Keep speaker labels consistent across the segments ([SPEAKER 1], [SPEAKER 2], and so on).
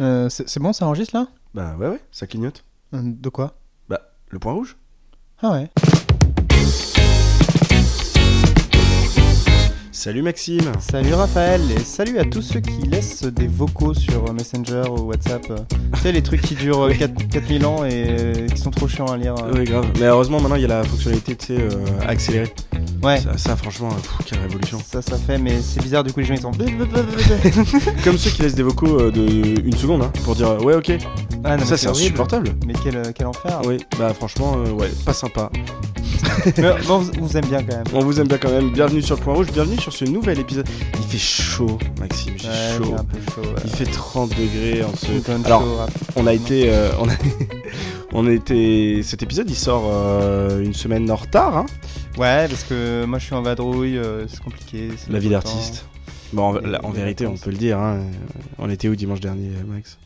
[SPEAKER 1] Euh, c'est c'est bon, ça enregistre là
[SPEAKER 2] Bah ouais, ouais, ça clignote.
[SPEAKER 1] Euh, De quoi
[SPEAKER 2] Bah, le point rouge
[SPEAKER 1] Ah ouais.
[SPEAKER 2] Salut Maxime
[SPEAKER 1] Salut Raphaël et salut à tous ceux qui laissent des vocaux sur euh, Messenger ou WhatsApp. Euh, Tu sais, les trucs qui durent euh, 4000 ans et euh, qui sont trop chiants à lire. euh.
[SPEAKER 2] Ouais, grave. Mais heureusement, maintenant, il y a la fonctionnalité, tu sais, euh, accélérée.
[SPEAKER 1] Ouais,
[SPEAKER 2] Ça, ça, franchement, euh, pff, quelle révolution.
[SPEAKER 1] ça, ça fait, mais c'est bizarre, du coup, les gens ils sont.
[SPEAKER 2] Comme ceux qui laissent des vocaux euh, de une seconde, hein, pour dire euh, ouais, ok.
[SPEAKER 1] Ah non, mais
[SPEAKER 2] ça, c'est
[SPEAKER 1] horrible.
[SPEAKER 2] insupportable.
[SPEAKER 1] Mais quel, euh, quel enfer.
[SPEAKER 2] Oui, bah franchement, euh, ouais, pas sympa.
[SPEAKER 1] Mais euh, bon, vous, vous aime bien quand même.
[SPEAKER 2] On vous aime bien quand même. Bienvenue sur le point rouge, bienvenue sur ce nouvel épisode. Il fait chaud, Maxime, il fait
[SPEAKER 1] Ouais,
[SPEAKER 2] chaud.
[SPEAKER 1] c'est un peu chaud. ouais.
[SPEAKER 2] Il fait 30 degrés en ce.
[SPEAKER 1] Putain de
[SPEAKER 2] Alors,
[SPEAKER 1] chaud, Raph.
[SPEAKER 2] On a été. euh, on, a... on a été. Cet épisode, il sort euh, une semaine en retard, hein.
[SPEAKER 1] Ouais, parce que moi je suis en vadrouille, euh, c'est compliqué. c'est
[SPEAKER 2] La vie
[SPEAKER 1] tout le
[SPEAKER 2] d'artiste. Bon, en, la- en
[SPEAKER 1] Les
[SPEAKER 2] vérité, on
[SPEAKER 1] vacances.
[SPEAKER 2] peut le dire. hein, euh, On était où dimanche dernier, euh, Max
[SPEAKER 1] temps.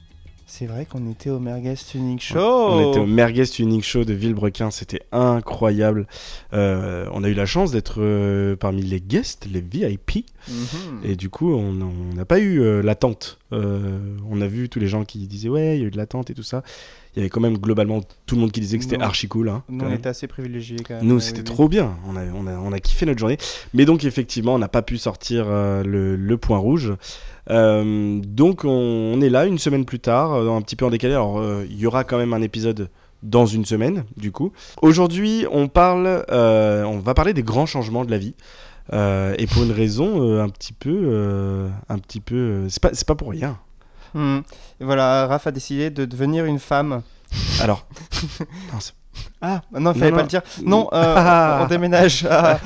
[SPEAKER 1] C'est vrai qu'on était au Merguez Tuning Show.
[SPEAKER 2] On était au Merguez Tuning Show de Villebrequin. C'était incroyable. Euh, on a eu la chance d'être euh, parmi les guests, les VIP.
[SPEAKER 1] Mhm.
[SPEAKER 2] Et du coup, on on n'a pas eu euh, l'attente. Euh, on a vu tous les gens qui disaient ouais, il y a eu de l'attente et tout ça. Il y avait quand même globalement tout le monde qui disait que c'était
[SPEAKER 1] Non.
[SPEAKER 2] archi cool. hein,
[SPEAKER 1] Nous,
[SPEAKER 2] quand
[SPEAKER 1] on
[SPEAKER 2] même.
[SPEAKER 1] était assez privilégiés quand même.
[SPEAKER 2] Nous,
[SPEAKER 1] Ouais,
[SPEAKER 2] c'était
[SPEAKER 1] oui,
[SPEAKER 2] trop bien. On a, on, a, on a kiffé notre journée. Mais donc, effectivement, on n'a pas pu sortir euh, le, le point rouge. Euh, donc, on, on est là une semaine plus tard, euh, un petit peu en décalé. Alors, euh, il y aura quand même un épisode dans une semaine, du coup. Aujourd'hui, on parle, euh, on va parler des grands changements de la vie. Euh, et pour une raison euh, un petit peu, euh, un petit peu, euh, c'est pas, c'est pas pour rien.
[SPEAKER 1] oui. Mhm. Et Voilà, Raph a décidé de devenir une femme.
[SPEAKER 2] Alors,
[SPEAKER 1] Ah, non, il fallait
[SPEAKER 2] Non,
[SPEAKER 1] pas
[SPEAKER 2] non.
[SPEAKER 1] le dire. Non, euh, on- on déménage. Ah,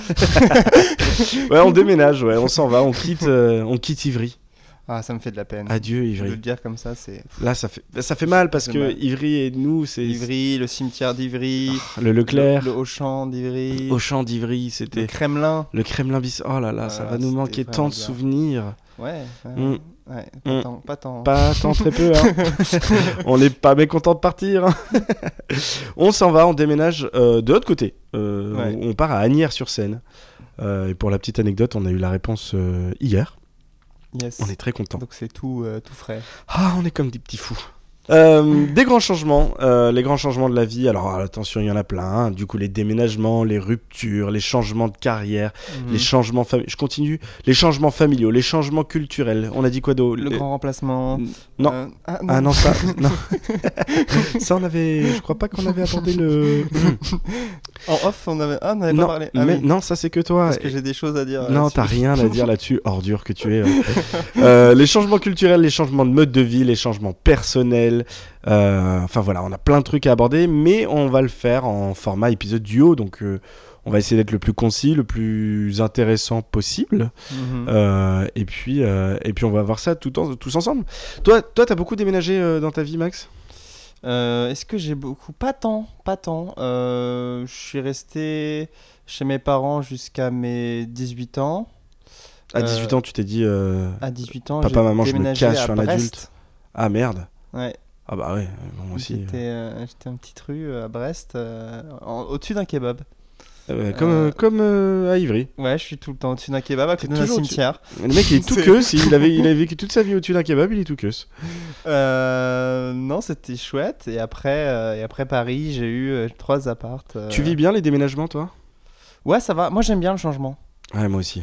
[SPEAKER 2] ouais, on déménage, ouais, on s'en va, on quitte, euh, on quitte Ivry.
[SPEAKER 1] Ah, ça me fait de la peine.
[SPEAKER 2] Adieu
[SPEAKER 1] Je
[SPEAKER 2] Ivry.
[SPEAKER 1] le dire comme ça, c'est
[SPEAKER 2] Là, ça fait, ça fait mal parce
[SPEAKER 1] Ça
[SPEAKER 2] que
[SPEAKER 1] fait mal.
[SPEAKER 2] Ivry et nous, c'est
[SPEAKER 1] Ivry, le cimetière d'Ivry,
[SPEAKER 2] le Leclerc,
[SPEAKER 1] le, le Auchan d'Ivry,
[SPEAKER 2] Auchan d'Ivry,
[SPEAKER 1] le
[SPEAKER 2] c'était
[SPEAKER 1] Kremlin.
[SPEAKER 2] le Kremlin bis. Oh là là, ça
[SPEAKER 1] Voilà,
[SPEAKER 2] va nous
[SPEAKER 1] c'était
[SPEAKER 2] manquer
[SPEAKER 1] vraiment Ah.
[SPEAKER 2] tant de
[SPEAKER 1] bizarre.
[SPEAKER 2] souvenirs.
[SPEAKER 1] Ouais, ouais,
[SPEAKER 2] Mm.
[SPEAKER 1] ouais, pas
[SPEAKER 2] Mm.
[SPEAKER 1] tant. Pas tant.
[SPEAKER 2] Pas tant, très peu. hein. on n'est pas mécontent de partir. hein. on s'en va, on déménage euh, de l'autre côté. Euh,
[SPEAKER 1] Ouais.
[SPEAKER 2] on, on part à Agnières-sur-Seine. Euh, et pour la petite anecdote, on a eu la réponse euh, hier.
[SPEAKER 1] Yes.
[SPEAKER 2] On est très content.
[SPEAKER 1] Donc c'est tout, euh, tout frais.
[SPEAKER 2] Ah, on est comme des petits fous. Euh, des grands changements, euh, les grands changements de la vie. Alors attention, il y en a plein. hein. Du coup, les déménagements, les ruptures, les changements de carrière,
[SPEAKER 1] Mm. Hmm.
[SPEAKER 2] les changements familiaux. Je continue. Les changements familiaux, les changements culturels. On a dit quoi d'autre
[SPEAKER 1] Le
[SPEAKER 2] Euh,
[SPEAKER 1] grand remplacement.
[SPEAKER 2] Non.
[SPEAKER 1] Euh, ah,
[SPEAKER 2] Ah non ça, non. ça on avait. Je crois pas qu'on avait abordé le.
[SPEAKER 1] En off, on avait, ah, on avait pas
[SPEAKER 2] non,
[SPEAKER 1] parlé. Ah,
[SPEAKER 2] mais-
[SPEAKER 1] oui,
[SPEAKER 2] non, ça c'est que toi.
[SPEAKER 1] Parce que j'ai des choses à dire. euh,
[SPEAKER 2] Non,
[SPEAKER 1] là-dessus.
[SPEAKER 2] t'as rien à dire là-dessus, ordure que tu es. ouais. Euh, les changements culturels, les changements de mode de vie, les changements personnels. euh, enfin voilà, on a plein de trucs à aborder, mais on va le faire en format épisode duo. Donc euh, on va essayer d'être le plus concis, le plus intéressant possible.
[SPEAKER 1] Mhm.
[SPEAKER 2] Euh, et, puis, euh, et puis on va voir ça tout en- tous ensemble. Toi, toi, t'as beaucoup déménagé euh, dans ta vie, Max
[SPEAKER 1] Euh, Est-ce que j'ai beaucoup Pas tant, pas tant. Euh, je suis resté chez mes parents jusqu'à mes 18 ans.
[SPEAKER 2] À
[SPEAKER 1] Euh,
[SPEAKER 2] 18 ans, tu t'es dit euh,
[SPEAKER 1] À 18 ans,
[SPEAKER 2] Papa,
[SPEAKER 1] j'ai
[SPEAKER 2] maman, je me
[SPEAKER 1] déménagé
[SPEAKER 2] casse,
[SPEAKER 1] à
[SPEAKER 2] je suis un
[SPEAKER 1] Brest.
[SPEAKER 2] adulte. Ah merde
[SPEAKER 1] Ouais,
[SPEAKER 2] Ah bah ouais, euh, moi aussi.
[SPEAKER 1] J'étais euh, j'étais en petite rue euh, à Brest, euh, en- au-dessus d'un kebab.
[SPEAKER 2] Euh, comme
[SPEAKER 1] euh,
[SPEAKER 2] comme euh, à Ivry.
[SPEAKER 1] Ouais, je suis tout le temps au-dessus d'un kebab à
[SPEAKER 2] T'es
[SPEAKER 1] côté d'un
[SPEAKER 2] toujours au-dessus.
[SPEAKER 1] cimetière.
[SPEAKER 2] Le mec, il est tout
[SPEAKER 1] C'est-
[SPEAKER 2] queue. Il avait, il avait vécu toute sa vie au-dessus d'un kebab, il est tout queue.
[SPEAKER 1] Euh, non, c'était chouette. Et après, euh, et après Paris, j'ai eu euh, trois appartes. euh.
[SPEAKER 2] Tu vis bien les déménagements, toi
[SPEAKER 1] Ouais, ça va. Moi, j'aime bien le changement.
[SPEAKER 2] Ouais, moi aussi.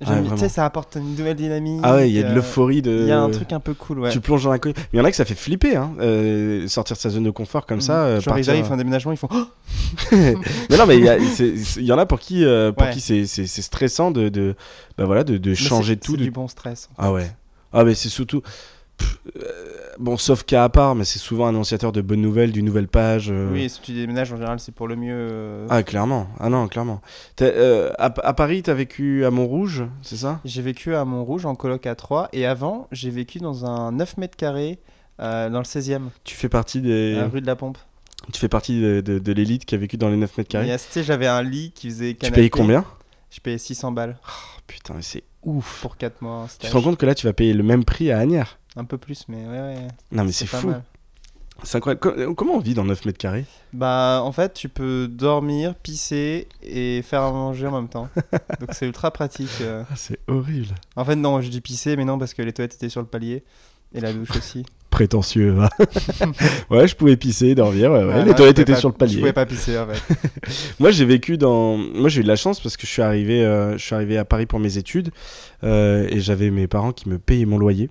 [SPEAKER 1] J'aime- tu
[SPEAKER 2] Ouais, Ah, vraiment.
[SPEAKER 1] sais, ça apporte une nouvelle dynamique.
[SPEAKER 2] Ah ouais, il y a de
[SPEAKER 1] euh,
[SPEAKER 2] l'euphorie de.
[SPEAKER 1] Il y a un truc un peu cool, ouais.
[SPEAKER 2] Tu plonges dans l'inconnu. Mais il y en a que ça fait flipper, hein, euh, sortir de sa zone de confort comme ça. euh,
[SPEAKER 1] Mm. Genre, ils
[SPEAKER 2] partir- euh,
[SPEAKER 1] arrivent à un déménagement, ils font. Oh
[SPEAKER 2] mais non, mais il y, a- c'est- c'est- il y en a pour qui, euh, pour
[SPEAKER 1] Ouais.
[SPEAKER 2] qui c'est, c'est, c'est stressant de, de, bah voilà, de, de
[SPEAKER 1] Mais
[SPEAKER 2] changer
[SPEAKER 1] c'est-
[SPEAKER 2] tout.
[SPEAKER 1] C'est
[SPEAKER 2] de-
[SPEAKER 1] du bon stress. hein.
[SPEAKER 2] Ah ouais. Ah, mais c'est surtout. Pff, euh, Bon, sauf cas à part, mais c'est souvent annonciateur de bonnes nouvelles, d'une nouvelle page. euh,
[SPEAKER 1] Oui, et si tu déménages, en général, c'est pour le mieux. euh.
[SPEAKER 2] Ah clairement, ah non clairement. T'as, euh, à, à Paris, t'as vécu à Montrouge, c'est ça
[SPEAKER 1] J'ai vécu à Montrouge en coloc à 3 et avant, j'ai vécu dans un 9 mètres carrés euh, dans le 16e,
[SPEAKER 2] Tu fais partie des,
[SPEAKER 1] à rue de la Pompe.
[SPEAKER 2] tu fais partie de, de- de l'élite qui a vécu dans les 9 mètres
[SPEAKER 1] Et
[SPEAKER 2] carrés.
[SPEAKER 1] à- tu sais, j'avais un lit qui faisait
[SPEAKER 2] Tu
[SPEAKER 1] canapé.
[SPEAKER 2] payes combien
[SPEAKER 1] Je payais 600 balles
[SPEAKER 2] Oh, Putain, mais c'est ouf.
[SPEAKER 1] pour 4 mois. un
[SPEAKER 2] Tu
[SPEAKER 1] stage.
[SPEAKER 2] te rends compte que là, tu vas payer le même prix à Agnières
[SPEAKER 1] Un peu plus, mais ouais, ouais.
[SPEAKER 2] Non Ah, mais c'est
[SPEAKER 1] pas
[SPEAKER 2] fou,
[SPEAKER 1] mal.
[SPEAKER 2] c'est incroyable. Com- Comment on vit dans 9 mètres carrés
[SPEAKER 1] Bah, en fait, tu peux dormir, pisser et faire à manger en même temps. Donc, c'est ultra pratique. euh.
[SPEAKER 2] ah, C'est horrible.
[SPEAKER 1] En fait, non, je dis pisser, mais non, parce que les toilettes étaient sur le palier. Et la douche aussi.
[SPEAKER 2] prétentieux. va. ouais, je pouvais pisser, dormir. ouais, ouais.
[SPEAKER 1] Voilà,
[SPEAKER 2] Les
[SPEAKER 1] je
[SPEAKER 2] toilettes
[SPEAKER 1] pouvais
[SPEAKER 2] étaient
[SPEAKER 1] pas-
[SPEAKER 2] sur le
[SPEAKER 1] Je
[SPEAKER 2] palier.
[SPEAKER 1] pouvais pas pisser, en fait.
[SPEAKER 2] Moi, j'ai vécu dans. Moi, j'ai eu de la chance parce que je suis arrivé, euh, je suis arrivé à Paris pour mes études euh, et j'avais mes parents qui me payaient mon loyer.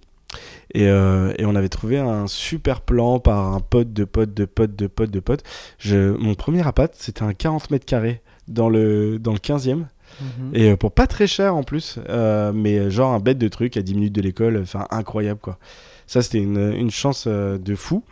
[SPEAKER 2] Et, euh, et on avait trouvé un super plan par un pote de pote de pote de pote de pote. Je, mon premier appart, c'était un 40 mètres carrés dans le, dans le 15e.
[SPEAKER 1] Mhm.
[SPEAKER 2] Et euh, pour pas très cher en plus, euh, mais genre un bête de truc à 10 minutes de l'école, euh, enfin incroyable quoi. Ça c'était une, une chance euh, de fou.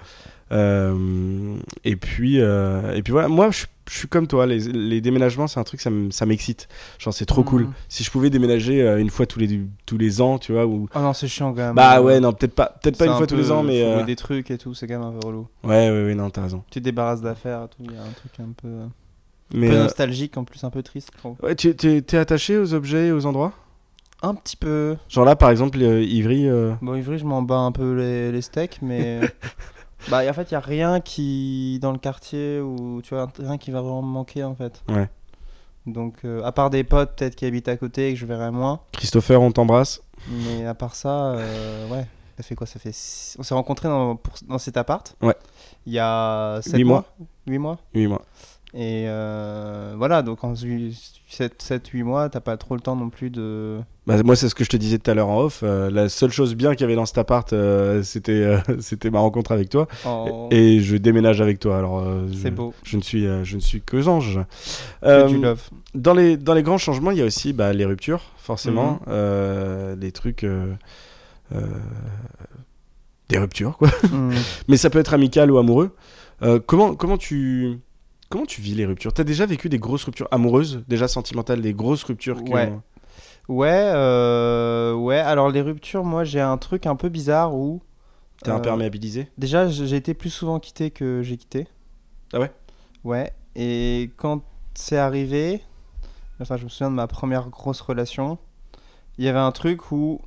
[SPEAKER 2] Euh, et, puis, euh, et puis voilà, moi je, je suis comme toi, les, les déménagements c'est un truc ça m- ça m'excite. Genre c'est trop cool.
[SPEAKER 1] Mhm.
[SPEAKER 2] Si je pouvais déménager euh, une fois tous les, tous les ans, tu vois, ou...
[SPEAKER 1] Oh non, c'est chiant quand même.
[SPEAKER 2] Bah ouais, non, peut-être pas, peut
[SPEAKER 1] C'est
[SPEAKER 2] pas une
[SPEAKER 1] un
[SPEAKER 2] fois tous
[SPEAKER 1] peu-
[SPEAKER 2] les ans, mais...
[SPEAKER 1] faut louer
[SPEAKER 2] euh,
[SPEAKER 1] des trucs et tout, c'est quand même un peu relou.
[SPEAKER 2] Ouais, ouais, ouais, non, t'as raison.
[SPEAKER 1] Tu te débarrasses d'affaires et tout, il y a un truc un peu, un
[SPEAKER 2] Mais...
[SPEAKER 1] peu
[SPEAKER 2] euh,
[SPEAKER 1] nostalgique, en plus un peu triste. je trouve.
[SPEAKER 2] ouais, tu- t'es t'es attaché aux objets, et aux endroits
[SPEAKER 1] Un petit peu.
[SPEAKER 2] Genre là par exemple, euh, Ivry... euh,
[SPEAKER 1] Bon, Ivry, je m'en bats un peu les, les steaks, mais. bah, et en fait, il n'y a rien qui. dans le quartier où. Tu vois, rien qui va vraiment me manquer, en fait.
[SPEAKER 2] Ouais.
[SPEAKER 1] Donc, euh, à part des potes, peut-être qui habitent à côté et que je verrai moins.
[SPEAKER 2] Christopher, on t'embrasse.
[SPEAKER 1] Mais à part ça, euh, ouais. Ça fait quoi Ça fait. six- On s'est rencontrés dans, pour- dans cet appart.
[SPEAKER 2] Ouais.
[SPEAKER 1] Il y a. sept
[SPEAKER 2] Huit mois.
[SPEAKER 1] 8 mois.
[SPEAKER 2] Oui, moi.
[SPEAKER 1] Et euh, voilà, donc en 7-8 mois, t'as pas trop le temps non plus de.
[SPEAKER 2] Bah, moi, c'est ce que je te disais tout à l'heure en off. euh, la seule chose bien qu'il y avait dans cet appart, euh, c'était euh, c'était ma rencontre avec toi.
[SPEAKER 1] en-
[SPEAKER 2] Et je déménage avec toi. Alors, euh, je,
[SPEAKER 1] Oh. C'est beau.
[SPEAKER 2] je ne suis euh, je ne suis que ange.
[SPEAKER 1] Que
[SPEAKER 2] Euh,
[SPEAKER 1] du love.
[SPEAKER 2] dans les dans les grands changements, il y a aussi bah, les ruptures, forcément,
[SPEAKER 1] Mhm.
[SPEAKER 2] Euh, les trucs. euh, euh, des ruptures quoi.
[SPEAKER 1] Mm.
[SPEAKER 2] Mais ça peut être amical ou amoureux. Euh, comment, comment, tu, comment tu vis les ruptures T'as déjà vécu des grosses ruptures amoureuses, déjà sentimentales, des grosses ruptures qui
[SPEAKER 1] Ouais.
[SPEAKER 2] ont-
[SPEAKER 1] Ouais, euh, ouais. Alors les ruptures, moi j'ai un truc un peu bizarre où
[SPEAKER 2] T'es
[SPEAKER 1] Euh,
[SPEAKER 2] imperméabilisé
[SPEAKER 1] déjà j- j'ai été plus souvent quitté que j'ai quitté.
[SPEAKER 2] Ah ouais
[SPEAKER 1] Ouais. Et quand c'est arrivé, enfin je me souviens de ma première grosse relation, il y avait un truc où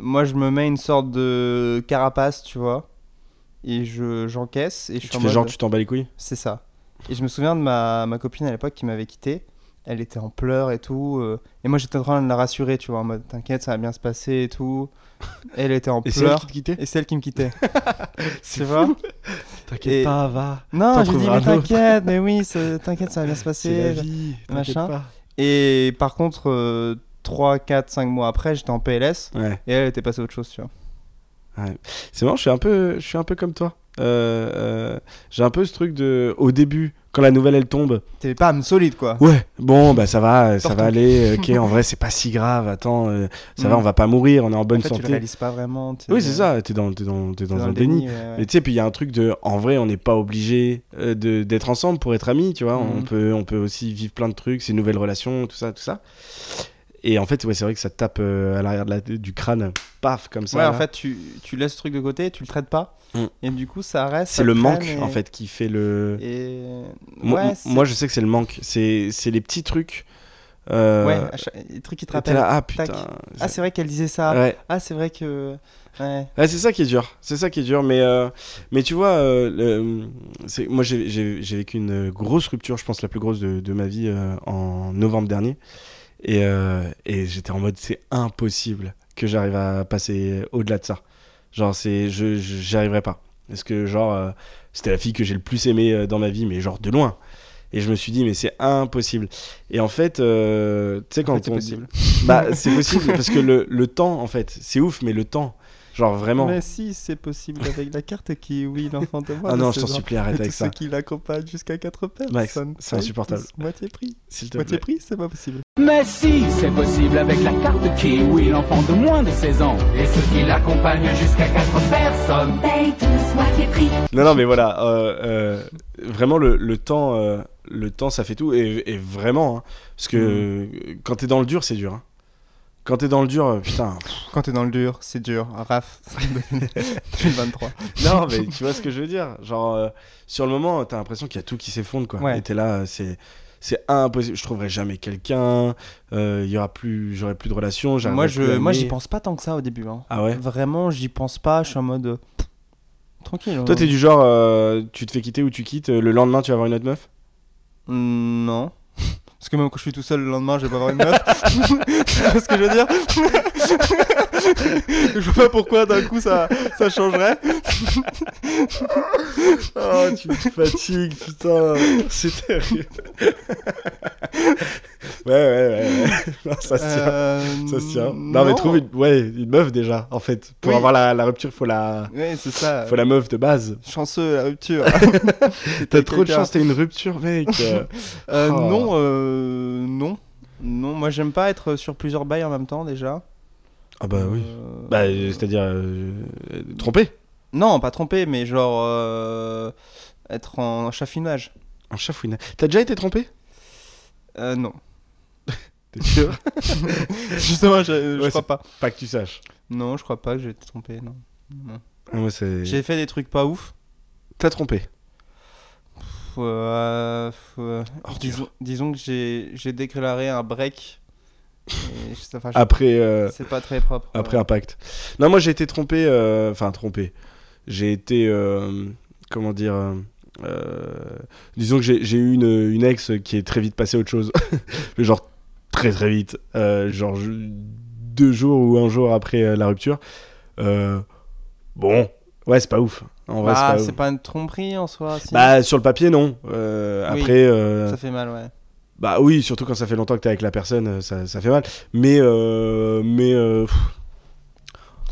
[SPEAKER 1] moi je me mets une sorte de carapace, tu vois, et je j'encaisse et je suis
[SPEAKER 2] Tu
[SPEAKER 1] en
[SPEAKER 2] fais genre,
[SPEAKER 1] mode-
[SPEAKER 2] tu t'en bats les couilles
[SPEAKER 1] C'est ça. Et je me souviens de ma, ma copine à l'époque qui m'avait quitté. Elle était en pleurs et tout. euh, et moi, j'étais en train de la rassurer, tu vois, en mode t'inquiète, ça va bien se passer et tout. Elle était en
[SPEAKER 2] Et c'est elle
[SPEAKER 1] pleurs.
[SPEAKER 2] qui te quittait
[SPEAKER 1] Et c'est elle qui me quittait.
[SPEAKER 2] C'est
[SPEAKER 1] vois
[SPEAKER 2] fou T'inquiète
[SPEAKER 1] Et-
[SPEAKER 2] pas, va T'en
[SPEAKER 1] Non, je lui dis,
[SPEAKER 2] trouveras
[SPEAKER 1] mais
[SPEAKER 2] un autre.
[SPEAKER 1] t'inquiète, mais oui, ça- t'inquiète, ça va bien se
[SPEAKER 2] C'est
[SPEAKER 1] passer.
[SPEAKER 2] la vie t'inquiète
[SPEAKER 1] machin.
[SPEAKER 2] pas.
[SPEAKER 1] Et par contre, euh, 3, 4, 5 mois après, j'étais en PLS
[SPEAKER 2] Ouais.
[SPEAKER 1] et elle était passée à autre chose, tu vois.
[SPEAKER 2] C'est marrant, je suis un peu, je suis un peu comme toi. Euh, euh, J'ai un peu ce truc de. Au début, quand la nouvelle elle tombe,
[SPEAKER 1] T'es pas âme solide, quoi.
[SPEAKER 2] ouais, bon, bah ça va, euh, ça
[SPEAKER 1] Tortue.
[SPEAKER 2] va aller, euh, ok, en vrai, c'est pas si grave, attends, euh, ça va,
[SPEAKER 1] Mm.
[SPEAKER 2] on va pas mourir, on est en bonne
[SPEAKER 1] en fait, tu le
[SPEAKER 2] santé.
[SPEAKER 1] réalises pas vraiment. t'es-
[SPEAKER 2] Oui, c'est ça, t'es dans, t'es dans, t'es
[SPEAKER 1] t'es
[SPEAKER 2] dans un déni.
[SPEAKER 1] ouais, ouais.
[SPEAKER 2] Mais tu sais, puis il y a un truc de, en vrai, on n'est pas obligé euh, de- d'être ensemble pour être amis, tu vois. On
[SPEAKER 1] Mhm.
[SPEAKER 2] peut, on peut aussi vivre plein de trucs, ces nouvelles relations, tout ça, tout ça. Et en fait, ouais, c'est vrai que ça te tape euh, à l'arrière de la- du crâne, paf, comme ça.
[SPEAKER 1] Ouais, en
[SPEAKER 2] là.
[SPEAKER 1] fait, tu, tu laisses ce truc de côté, tu le traites pas.
[SPEAKER 2] Mm.
[SPEAKER 1] Et du coup, ça reste.
[SPEAKER 2] c'est
[SPEAKER 1] ça
[SPEAKER 2] le
[SPEAKER 1] traîne
[SPEAKER 2] manque,
[SPEAKER 1] et-
[SPEAKER 2] en fait, qui fait le.
[SPEAKER 1] Et.
[SPEAKER 2] moi,
[SPEAKER 1] ouais,
[SPEAKER 2] m-
[SPEAKER 1] c'est-
[SPEAKER 2] moi, je sais que c'est le manque. C'est c'est les petits trucs. Euh,
[SPEAKER 1] ouais, à chaque- les trucs qui te
[SPEAKER 2] t'es
[SPEAKER 1] rappellent.
[SPEAKER 2] là, ah
[SPEAKER 1] Tac.
[SPEAKER 2] putain.
[SPEAKER 1] Ah, c'est vrai qu'elle disait ça.
[SPEAKER 2] ouais.
[SPEAKER 1] Ah, c'est vrai que. Ouais.
[SPEAKER 2] Ouais, Ah, c'est ça qui est dur, c'est ça qui est dur, mais, euh, mais tu vois, euh, le- c'est- moi j'ai- j'ai j'ai vécu une grosse rupture, je pense la plus grosse de, de ma vie euh, en novembre dernier, et, euh, et j'étais en mode c'est impossible que j'arrive à passer au-delà de ça, genre c'est, je, je- j'y arriverai pas, parce que genre euh, c'était la fille que j'ai le plus aimée euh, dans ma vie, mais genre de loin, et je me suis dit mais c'est impossible, et en fait, euh, tu sais quand
[SPEAKER 1] En fait, c'est
[SPEAKER 2] on-
[SPEAKER 1] possible.
[SPEAKER 2] bah c'est possible parce que le, le temps en fait, c'est ouf, mais le temps, genre vraiment.
[SPEAKER 1] Mais si, c'est possible avec la carte qui, oui, l'enfant de moi.
[SPEAKER 2] Ah
[SPEAKER 1] de
[SPEAKER 2] non,
[SPEAKER 1] ce
[SPEAKER 2] je t'en
[SPEAKER 1] genre.
[SPEAKER 2] supplie, arrête
[SPEAKER 1] Et
[SPEAKER 2] avec
[SPEAKER 1] tous
[SPEAKER 2] ça.
[SPEAKER 1] ceux qui l'accompagnent jusqu'à 4 personnes.
[SPEAKER 2] Max,
[SPEAKER 1] Tous
[SPEAKER 2] c'est insupportable.
[SPEAKER 1] Moitié prix.
[SPEAKER 2] S'il te
[SPEAKER 1] Moitié
[SPEAKER 2] plaît.
[SPEAKER 1] prix, c'est pas possible.
[SPEAKER 3] Mais si, c'est possible avec la carte Kiwi, l'enfant de moins de 16 ans. Et ceux qui l'accompagnent jusqu'à 4 personnes.
[SPEAKER 4] paye tous moitié prix.
[SPEAKER 2] Non, non, mais voilà. euh, euh, vraiment, le, le temps, euh, le temps, ça fait tout. Et, et vraiment, hein, parce que euh,
[SPEAKER 1] Mm.
[SPEAKER 2] quand t'es dans le dur, c'est dur. hein. Quand t'es dans le dur, euh, putain. pff,
[SPEAKER 1] Quand t'es dans le dur, c'est dur. Raf, 2023.
[SPEAKER 2] non, mais tu vois ce que je veux dire. Genre, euh, sur le moment, t'as l'impression qu'il y a tout qui s'effondre, quoi.
[SPEAKER 1] Ouais.
[SPEAKER 2] Et t'es là, euh, c'est. C'est impossible, je trouverai jamais quelqu'un, euh, il y aura plus, j'aurai plus de relations, j'arriverai
[SPEAKER 1] Moi,
[SPEAKER 2] plus
[SPEAKER 1] je,
[SPEAKER 2] à
[SPEAKER 1] moi, j'y
[SPEAKER 2] aimer.
[SPEAKER 1] pense pas tant que ça au début. hein.
[SPEAKER 2] Ah ouais
[SPEAKER 1] Vraiment, j'y pense pas. Je suis en mode. euh, Tranquille.
[SPEAKER 2] Toi,
[SPEAKER 1] hein.
[SPEAKER 2] t'es du genre, euh, tu te fais quitter ou tu quittes, euh, le lendemain, tu vas avoir une autre meuf
[SPEAKER 1] Mm, Non. Parce que même quand je suis tout seul le lendemain, je vais pas avoir une meuf. tu vois ce que je veux dire Je vois pas pourquoi d'un coup ça, ça changerait.
[SPEAKER 2] Oh, tu me fatigues, putain. C'est terrible. ouais, ouais, ouais. ouais. Non, ça se tient.
[SPEAKER 1] Euh,
[SPEAKER 2] Ça se tient. Non, mais trouve une, ouais, une meuf déjà, en fait. Pour
[SPEAKER 1] Oui.
[SPEAKER 2] avoir la, la rupture, faut la,
[SPEAKER 1] Ouais, c'est ça.
[SPEAKER 2] faut la meuf de base.
[SPEAKER 1] Chanceux, la rupture.
[SPEAKER 2] T'as trop de
[SPEAKER 1] quelqu'un.
[SPEAKER 2] chance, t'as une rupture, mec. Euh,
[SPEAKER 1] Euh,
[SPEAKER 2] Oh.
[SPEAKER 1] Non, euh, non. Non, moi j'aime pas être sur plusieurs bails en même temps déjà.
[SPEAKER 2] Ah, bah oui.
[SPEAKER 1] Euh,
[SPEAKER 2] Bah, euh, c'est-à-dire. euh, euh, trompé
[SPEAKER 1] Non, pas trompé, mais genre euh, être en chaffinage.
[SPEAKER 2] Un chafouinage. T'as déjà été trompé
[SPEAKER 1] Euh, non.
[SPEAKER 2] T'es sûr
[SPEAKER 1] Justement, je, je
[SPEAKER 2] Ouais,
[SPEAKER 1] crois
[SPEAKER 2] c'est-
[SPEAKER 1] pas.
[SPEAKER 2] Pas que tu saches.
[SPEAKER 1] Non, je crois pas que j'ai été trompé, non. Non.
[SPEAKER 2] Ah, Moi, c'est.
[SPEAKER 1] J'ai fait des trucs pas ouf.
[SPEAKER 2] T'as trompé.
[SPEAKER 1] Pff, euh, pff, euh,
[SPEAKER 2] Ordure.
[SPEAKER 1] disons, disons que j'ai j'ai déclaré un break. Et je- enfin, je-
[SPEAKER 2] Après. euh,
[SPEAKER 1] C'est pas très propre.
[SPEAKER 2] Après Impact. Non, moi j'ai été trompé, euh, enfin trompé. J'ai été, euh, comment dire, euh, euh, disons que j'ai j'ai eu une, une ex qui est très vite passée à autre chose. Mais genre très très vite. Euh, genre je- deux jours ou un jour après euh, la rupture. Euh, bon, ouais, c'est pas ouf. En vrai,
[SPEAKER 1] Bah,
[SPEAKER 2] c'est pas
[SPEAKER 1] c'est
[SPEAKER 2] ouf.
[SPEAKER 1] pas une tromperie en soi. si.
[SPEAKER 2] Bah, sur le papier, non. Euh,
[SPEAKER 1] Oui.
[SPEAKER 2] Après, euh,
[SPEAKER 1] ça fait mal, ouais.
[SPEAKER 2] bah oui, surtout quand ça fait longtemps que t'es avec la personne, euh, ça, ça fait mal. Mais, euh, mais. euh, pff.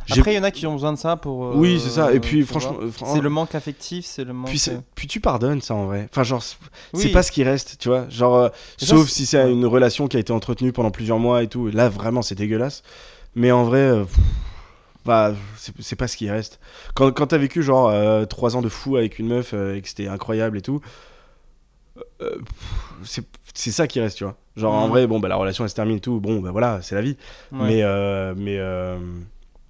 [SPEAKER 2] J'ai-
[SPEAKER 1] Après, il y en a qui ont besoin de ça pour. euh,
[SPEAKER 2] Oui, c'est ça. Et puis,
[SPEAKER 1] pour
[SPEAKER 2] franchement,
[SPEAKER 1] voir.
[SPEAKER 2] euh, fran-
[SPEAKER 1] c'est le manque affectif, c'est le manque.
[SPEAKER 2] puis, c'est-
[SPEAKER 1] euh,
[SPEAKER 2] puis tu pardonnes ça en vrai. Enfin, genre, c'est
[SPEAKER 1] oui.
[SPEAKER 2] c'est pas ce qui reste, tu vois. Genre, euh,
[SPEAKER 1] Et ça,
[SPEAKER 2] sauf
[SPEAKER 1] c'est-
[SPEAKER 2] si c'est
[SPEAKER 1] ouais.
[SPEAKER 2] une relation qui a été entretenue pendant plusieurs mois et tout. Là, vraiment, c'est dégueulasse. Mais en vrai, euh, pff, bah, c'est c'est pas ce qui reste. Quand, quand t'as vécu, genre, euh, trois ans de fou avec une meuf euh, et que c'était incroyable et tout, euh, pff, c'est- c'est ça qui reste, tu vois. Genre, en
[SPEAKER 1] Mhm.
[SPEAKER 2] vrai, bon, bah, la relation, elle se termine et tout. Bon, bah, voilà, c'est la vie.
[SPEAKER 1] ouais.
[SPEAKER 2] Mais, euh, mais, euh,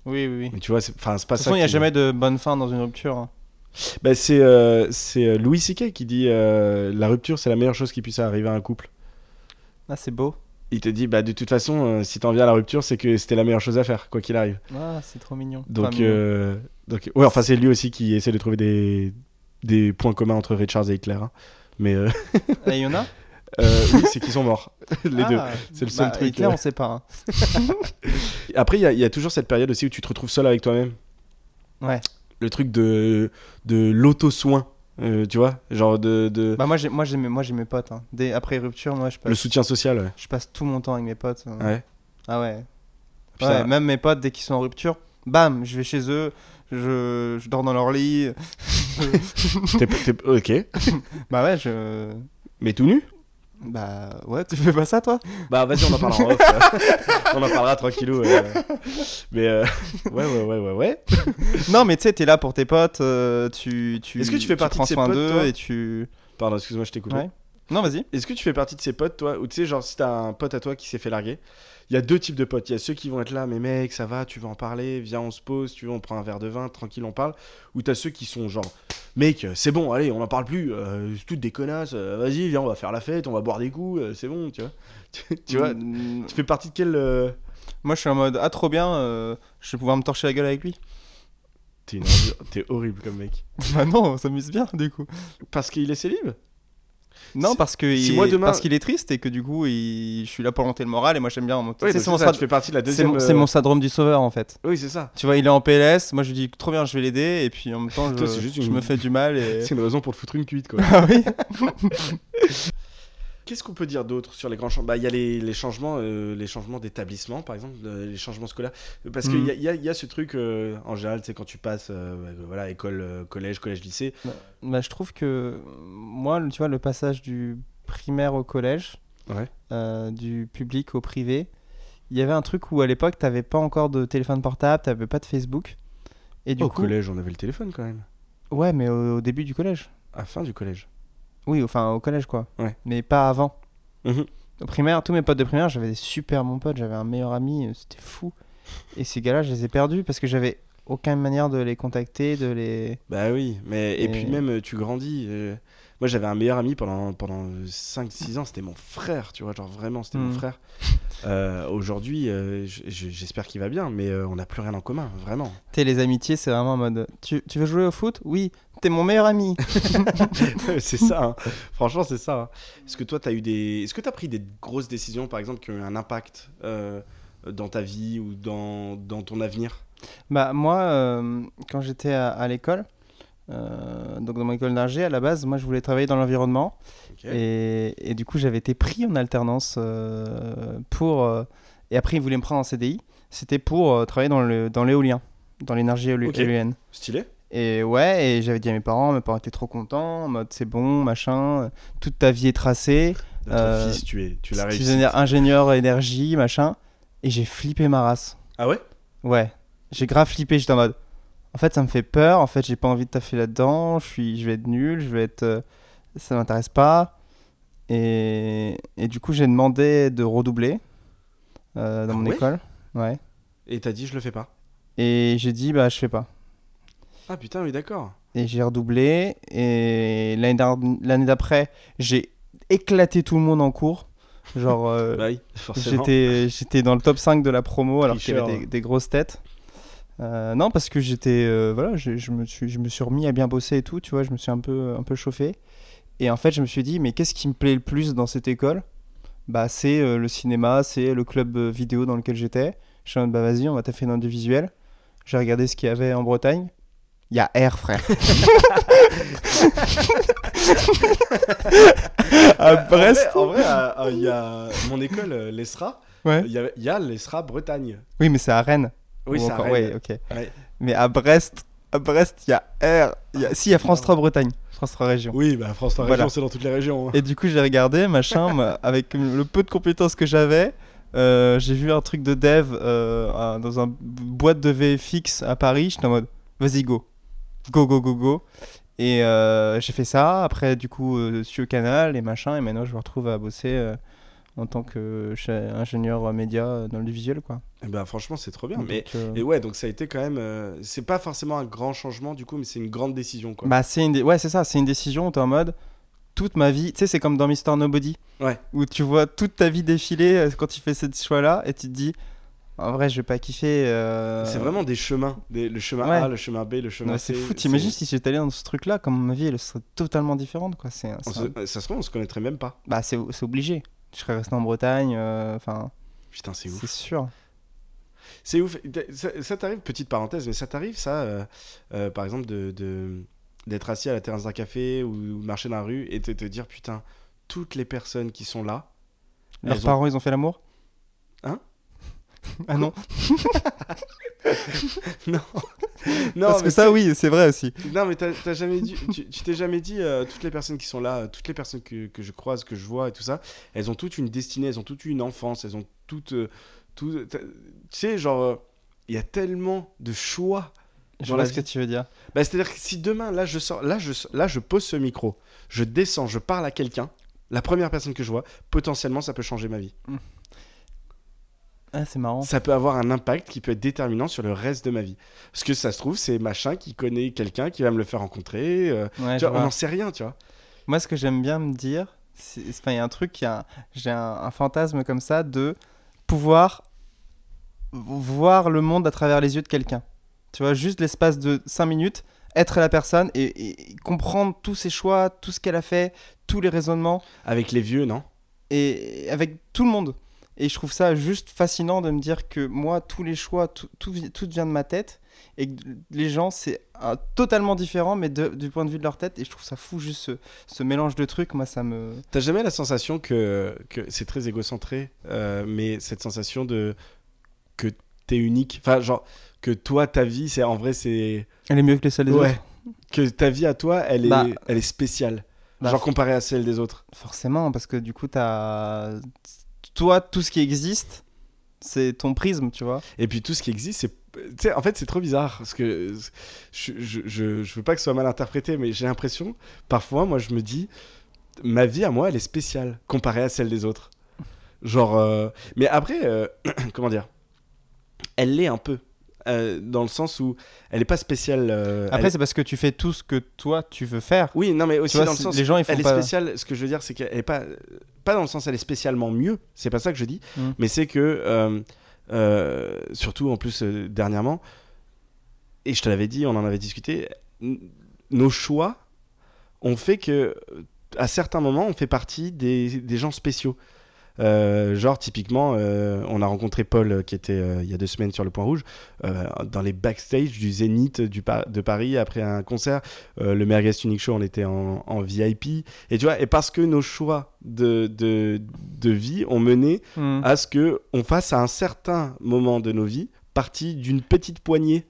[SPEAKER 1] Oui, oui, oui. De
[SPEAKER 2] mais tu vois, c'est enfin, c'est pas
[SPEAKER 1] toute
[SPEAKER 2] ça.
[SPEAKER 1] façon, il n'y a
[SPEAKER 2] qui-
[SPEAKER 1] jamais de bonne fin dans une rupture. hein.
[SPEAKER 2] Bah, c'est euh, c'est, euh, Louis C.K. qui dit euh, la rupture c'est la meilleure chose qui puisse arriver à un couple.
[SPEAKER 1] Ah, c'est beau.
[SPEAKER 2] Il te dit bah de toute façon euh, si t'en viens à la rupture c'est que c'était la meilleure chose à faire quoi qu'il arrive.
[SPEAKER 1] Ah, c'est trop mignon.
[SPEAKER 2] Donc
[SPEAKER 1] Enfin, mignon.
[SPEAKER 2] euh, donc ouais enfin c'est lui aussi qui essaie de trouver des des points communs entre Richards et Hitler. hein. Mais euh,
[SPEAKER 1] Ah, il y en a
[SPEAKER 2] euh, oui c'est qu'ils sont morts les
[SPEAKER 1] Ah,
[SPEAKER 2] deux. C'est le seul
[SPEAKER 1] bah,
[SPEAKER 2] truc,
[SPEAKER 1] Hitler,
[SPEAKER 2] euh.
[SPEAKER 1] on sait pas. hein.
[SPEAKER 2] Après il y, a- il y a toujours cette période aussi où tu te retrouves seul avec toi-même.
[SPEAKER 1] Ouais.
[SPEAKER 2] Le truc de de l'auto soin tu vois genre de, de
[SPEAKER 1] Bah, moi, j'ai, moi, j'ai, mes- moi, j'ai mes potes. hein. Dès, après rupture, moi, je passe,
[SPEAKER 2] le soutien social ouais.
[SPEAKER 1] je passe tout mon temps avec mes potes. hein.
[SPEAKER 2] Ouais.
[SPEAKER 1] Ah ouais.
[SPEAKER 2] Putain.
[SPEAKER 1] Ouais, même mes potes, dès qu'ils sont en rupture, bam, je vais chez eux, je, je dors dans leur lit.
[SPEAKER 2] T'es- t'es- ok
[SPEAKER 1] bah ouais, je...
[SPEAKER 2] mais tout nu
[SPEAKER 1] Bah ouais, tu fais pas ça, toi
[SPEAKER 2] Bah vas-y, on en parlera en off. euh. on en parlera tranquillou. euh. Mais euh, ouais, ouais, ouais, ouais, ouais.
[SPEAKER 1] Non, mais tu sais, t'es là pour tes potes, euh, tu, tu.
[SPEAKER 2] Est-ce que tu fais partie
[SPEAKER 1] prends
[SPEAKER 2] de ces
[SPEAKER 1] soin
[SPEAKER 2] potes,
[SPEAKER 1] d'eux
[SPEAKER 2] toi
[SPEAKER 1] et tu.
[SPEAKER 2] Pardon, excuse-moi, je t'ai coupé.
[SPEAKER 1] Ouais. Non, vas-y.
[SPEAKER 2] Est-ce que tu fais partie de ces potes, toi Ou tu sais, genre, si t'as un pote à toi qui s'est fait larguer, il y a deux types de potes. Il y a ceux qui vont être là, mais mec, ça va, tu veux en parler, viens, on se pose, tu veux, on prend un verre de vin, tranquille, on parle. Ou t'as ceux qui sont genre, mec, euh, c'est bon, allez, on en parle plus, euh, c'est toutes des connasses, euh, vas-y, viens, on va faire la fête, on va boire des coups, euh, c'est bon, tu vois. tu, tu vois,
[SPEAKER 1] Mm,
[SPEAKER 2] tu fais partie de quel. euh,
[SPEAKER 1] Moi, je suis en mode, ah, trop bien, euh, je vais pouvoir me torcher la gueule avec lui.
[SPEAKER 2] T'es une ordure, t'es horrible comme mec.
[SPEAKER 1] bah non, on s'amuse bien, du coup.
[SPEAKER 2] Parce qu'il est célib
[SPEAKER 1] Non,
[SPEAKER 2] Si-
[SPEAKER 1] parce que
[SPEAKER 2] si
[SPEAKER 1] il-
[SPEAKER 2] moi, demain-
[SPEAKER 1] parce qu'il est triste et que du coup, il... je suis là pour monter le moral et moi, j'aime bien. en mode-
[SPEAKER 2] Oui,
[SPEAKER 1] c'est
[SPEAKER 2] donc
[SPEAKER 1] son
[SPEAKER 2] ça,
[SPEAKER 1] strat-
[SPEAKER 2] tu fais partie de la
[SPEAKER 1] c'est
[SPEAKER 2] deuxième.
[SPEAKER 1] mon, c'est mon
[SPEAKER 2] euh,
[SPEAKER 1] syndrome du sauveur, en fait.
[SPEAKER 2] Oui, c'est ça.
[SPEAKER 1] Tu vois, il est en PLS, moi je lui dis trop bien, je vais l'aider, et puis en même temps, je,
[SPEAKER 2] Toi, c'est juste une-
[SPEAKER 1] je me fais du mal. Et...
[SPEAKER 2] C'est une raison pour te foutre une cuite, quoi.
[SPEAKER 1] ah oui
[SPEAKER 2] Qu'est-ce qu'on peut dire d'autre sur les grands changements Bah, il y a les, les changements, euh, les changements d'établissement, par exemple, euh, les changements scolaires. Parce qu'il
[SPEAKER 1] Mhm.
[SPEAKER 2] y, a, il y a- il y a ce truc, euh, en général, c'est quand tu passes, euh, bah, voilà, école, euh, collège, collège, lycée.
[SPEAKER 1] Bah, je trouve que euh, moi, le- tu vois, le passage du primaire au collège,
[SPEAKER 2] Ouais.
[SPEAKER 1] euh, du public au privé, il y avait un truc où à l'époque, t'avais pas encore de téléphone portable, t'avais pas de Facebook. Et du
[SPEAKER 2] au
[SPEAKER 1] coup,
[SPEAKER 2] Oh, collège, on avait le téléphone quand même.
[SPEAKER 1] ouais, mais au, au début du collège.
[SPEAKER 2] À fin du collège.
[SPEAKER 1] Oui, enfin au collège quoi.
[SPEAKER 2] Ouais.
[SPEAKER 1] Mais pas avant.
[SPEAKER 2] Mhm.
[SPEAKER 1] Au primaire, tous mes potes de primaire, j'avais des super bons potes, j'avais un meilleur ami, euh, c'était fou. Et ces gars-là, je les ai perdus parce que j'avais aucune manière de les contacter, de les.
[SPEAKER 2] Bah oui, mais et,
[SPEAKER 1] Et-
[SPEAKER 2] puis même, euh, tu grandis. euh, Moi, j'avais un meilleur ami pendant, pendant 5-6 ans, c'était mon frère, tu vois, genre vraiment, c'était mon
[SPEAKER 1] Mhm.
[SPEAKER 2] frère. Euh, Aujourd'hui, euh, j- j- j'espère qu'il va bien, mais euh, on n'a plus rien en commun, vraiment.
[SPEAKER 1] T'es les amitiés, c'est vraiment en mode. Tu, tu veux jouer au foot Oui, t'es mon meilleur ami.
[SPEAKER 2] c'est ça. hein. Franchement, c'est ça. hein. Est-ce que toi, t'as eu des. Est-ce que t'as pris des grosses décisions, par exemple, qui ont eu un impact euh, euh, dans ta vie ou dans, dans ton avenir
[SPEAKER 1] Bah, moi, euh, quand j'étais à, à l'école, euh, donc dans mon école d'ingé, à la base, moi, je voulais travailler dans l'environnement.
[SPEAKER 2] Ok.
[SPEAKER 1] Et, et du coup, j'avais été pris en alternance euh, pour. euh, et après, ils voulaient me prendre en CDI. C'était pour euh, travailler dans le dans l'éolien, dans l'énergie éolu-
[SPEAKER 2] Ok.
[SPEAKER 1] éolienne.
[SPEAKER 2] Stylé
[SPEAKER 1] Et ouais, et j'avais dit à mes parents, mes parents étaient trop contents, en mode c'est bon, machin, euh, toute ta vie est tracée,
[SPEAKER 2] Dans ton
[SPEAKER 1] Euh,
[SPEAKER 2] fils, tu, es, tu l'as
[SPEAKER 1] tu
[SPEAKER 2] réussi.
[SPEAKER 1] deviens ingénieur énergie, machin. Et j'ai flippé ma race.
[SPEAKER 2] Ah ouais
[SPEAKER 1] Ouais, j'ai grave flippé, j'étais en mode. En fait, ça me fait peur, en fait, j'ai pas envie de taffer là-dedans, je, suis... je vais être nul, je vais être. euh, Ça m'intéresse pas. Et... et du coup, j'ai demandé de redoubler euh, dans
[SPEAKER 2] Ah
[SPEAKER 1] mon
[SPEAKER 2] ouais
[SPEAKER 1] école. Ouais.
[SPEAKER 2] Et t'as dit, je le fais pas.
[SPEAKER 1] Et j'ai dit, bah, je fais pas.
[SPEAKER 2] Ah putain, oui, d'accord.
[SPEAKER 1] Et j'ai redoublé. Et l'année d'ar- l'année d'après, j'ai éclaté tout le monde en cours. Genre, euh,
[SPEAKER 2] Bah oui, forcément.
[SPEAKER 1] J'étais, j'étais dans le top 5 de la promo alors qu'il y
[SPEAKER 2] Tricheur.
[SPEAKER 1] avait des, des grosses têtes. Euh, non, parce que j'étais. euh, voilà, je, je me suis, je me suis remis à bien bosser et tout, tu vois, je me suis un peu, un peu chauffé. Et en fait, je me suis dit, mais qu'est-ce qui me plaît le plus dans cette école Bah, c'est euh, le cinéma, c'est le club euh, vidéo dans lequel j'étais. Je suis en mode, bah vas-y, on va taffer dans du visuel. J'ai regardé ce qu'il y avait en Bretagne. Il y a R, frère. à Brest.
[SPEAKER 2] Euh, En vrai, en vrai, à- à- il y a mon école, euh, l'ESRA.
[SPEAKER 1] Ouais.
[SPEAKER 2] Il y a, il y a l'ESRA Bretagne.
[SPEAKER 1] Oui, mais c'est à Rennes.
[SPEAKER 2] Oui,
[SPEAKER 1] Ou
[SPEAKER 2] ça
[SPEAKER 1] encore-
[SPEAKER 2] Rennes.
[SPEAKER 1] ouais, ok.
[SPEAKER 2] Ouais.
[SPEAKER 1] Mais à Brest, à Brest, il y a R. il y a- Si, il y a France 3 Bretagne, France 3 Région.
[SPEAKER 2] Oui, bah France, la
[SPEAKER 1] Voilà.
[SPEAKER 2] région, c'est dans toutes les régions. hein.
[SPEAKER 1] Et du coup, j'ai regardé, machin, moi, avec le peu de compétences que j'avais. euh, j'ai vu un truc de dev euh, un- dans une boîte de VFX à Paris. J'étais en mode, vas-y, go. Go, go, go, go. Et euh, j'ai fait ça. Après, du coup, euh, sur le canal et machin. Et maintenant, je me retrouve à bosser euh, en tant que cha- ingénieur euh, média euh, dans le visuel, quoi.
[SPEAKER 2] Eh Bah franchement, c'est trop bien. Mais...
[SPEAKER 1] Donc, euh,
[SPEAKER 2] Et ouais, donc ça a été quand même. euh, C'est pas forcément un grand changement du coup, mais c'est une grande décision quoi.
[SPEAKER 1] Bah, c'est une dé- ouais, c'est ça, c'est une décision où t'es en mode toute ma vie, tu sais, c'est comme dans Mister Nobody.
[SPEAKER 2] Ouais.
[SPEAKER 1] Où tu vois toute ta vie défiler euh, quand tu fais ce choix-là et tu te dis en vrai, je vais pas kiffer. euh,
[SPEAKER 2] C'est vraiment des chemins. Des- Le chemin
[SPEAKER 1] Ouais.
[SPEAKER 2] A, le chemin B, le chemin
[SPEAKER 1] Non, mais
[SPEAKER 2] C.
[SPEAKER 1] c'est fou, t'imagines si j'étais allé dans ce truc-là, comme ma vie elle serait totalement différente quoi. C'est
[SPEAKER 2] On
[SPEAKER 1] c'est un-
[SPEAKER 2] se- euh, Ça se trouve, on se connaîtrait même pas.
[SPEAKER 1] bah c'est c'est obligé. Je serais resté en Bretagne, euh, enfin
[SPEAKER 2] Putain, c'est ouf.
[SPEAKER 1] c'est sûr.
[SPEAKER 2] C'est ouf. Ça, ça t'arrive, petite parenthèse, mais ça t'arrive, ça, euh, euh, par exemple, de, de- d'être assis à la terrasse d'un café ou de marcher dans la rue et te, te dire, putain, toutes les personnes qui sont là,
[SPEAKER 1] Leurs
[SPEAKER 2] Elles ont-
[SPEAKER 1] parents ils ont fait l'amour
[SPEAKER 2] Hein
[SPEAKER 1] Ah non,
[SPEAKER 2] non,
[SPEAKER 1] parce que
[SPEAKER 2] mais
[SPEAKER 1] ça oui, c'est vrai aussi.
[SPEAKER 2] tu- non, mais t'as, t'as jamais dit, tu, tu t'es jamais dit, euh, toutes les personnes qui sont là, euh, toutes les personnes que, que je croise, que je vois et tout ça, elles ont toutes une destinée, elles ont toutes une enfance, elles ont toutes, euh, tout, t'as- tu sais, genre, euh, il y a tellement de choix
[SPEAKER 1] Je
[SPEAKER 2] Dans
[SPEAKER 1] vois
[SPEAKER 2] la
[SPEAKER 1] ce que
[SPEAKER 2] vie.
[SPEAKER 1] tu veux dire.
[SPEAKER 2] Bah, c'est-à-dire que si demain, là je, sors, là, je, là, je pose ce micro, je descends, je parle à quelqu'un, la première personne que je vois, potentiellement, ça peut changer ma vie.
[SPEAKER 1] Ah c'est marrant.
[SPEAKER 2] Ça peut avoir un impact qui peut être déterminant sur le reste de ma vie. Parce que ça se trouve, c'est machin qui connaît quelqu'un qui va me le faire rencontrer. euh,
[SPEAKER 1] Ouais,
[SPEAKER 2] tu
[SPEAKER 1] je
[SPEAKER 2] vois, on
[SPEAKER 1] vois.
[SPEAKER 2] n'en sait rien, tu vois.
[SPEAKER 1] Moi, ce que j'aime bien me dire, c'est, c'est- enfin, il y a un truc, il y a un- j'ai un, un fantasme comme ça de pouvoir voir le monde à travers les yeux de quelqu'un. Tu vois, juste l'espace de 5 minutes, être la personne et, et- et comprendre tous ses choix, tout ce qu'elle a fait, tous les raisonnements,
[SPEAKER 2] Avec les vieux, non
[SPEAKER 1] et avec tout le monde. Et je trouve ça juste fascinant de me dire que moi, tous les choix, tout, tout, vi- tout vient de ma tête, et que les gens, c'est un- totalement différent, mais de- du point de vue de leur tête, et je trouve ça fou, juste ce, ce mélange de trucs, moi, ça me...
[SPEAKER 2] T'as jamais la sensation que, que c'est très égocentré, euh, mais cette sensation de que t'es unique. Enfin, genre, que toi, ta vie, c'est en vrai, c'est.
[SPEAKER 1] Elle est mieux que les salles des
[SPEAKER 2] Ouais.
[SPEAKER 1] autres.
[SPEAKER 2] Que ta vie à toi, elle est,
[SPEAKER 1] Bah-
[SPEAKER 2] elle est spéciale.
[SPEAKER 1] Bah,
[SPEAKER 2] genre comparée à celle des autres.
[SPEAKER 1] Forcément, parce que du coup, t'as... Toi, tout ce qui existe, c'est ton prisme, tu vois.
[SPEAKER 2] Et puis tout ce qui existe, c'est. Tu sais, en fait, c'est trop bizarre. Parce que je, je, je, je veux pas que ce soit mal interprété, mais j'ai l'impression, parfois, moi, je me dis, ma vie à moi, elle est spéciale comparée à celle des autres. Genre. euh, Mais après, euh, comment dire Elle l'est un peu. euh, dans le sens où elle est pas spéciale. euh,
[SPEAKER 1] Après,
[SPEAKER 2] elle est-
[SPEAKER 1] c'est parce que tu fais tout ce que toi, tu veux faire.
[SPEAKER 2] Oui, non, mais aussi
[SPEAKER 1] Tu vois,
[SPEAKER 2] dans le
[SPEAKER 1] c'est-
[SPEAKER 2] sens.
[SPEAKER 1] les gens, ils font
[SPEAKER 2] elle
[SPEAKER 1] pas...
[SPEAKER 2] est spéciale. Ce que je veux dire, c'est qu'elle est pas pas dans le sens elle est spécialement mieux. C'est pas ça que je dis,
[SPEAKER 1] Mm.
[SPEAKER 2] mais c'est que euh, euh, surtout en plus euh, dernièrement. Et je te l'avais dit, on en avait discuté. n- Nos choix ont fait que euh, à certains moments, on fait partie des, des gens spéciaux. Euh, genre, typiquement, euh, on a rencontré Paul euh, qui était euh, il y a deux semaines sur le Point Rouge euh, dans les backstage du Zénith du Pa- de Paris après un concert. Euh, le Merguez Unique Show, on était en, en VIP. Et tu vois, et parce que nos choix de, de, de vie ont mené
[SPEAKER 1] Hmm.
[SPEAKER 2] à ce que on fasse à un certain moment de nos vies partie d'une petite poignée.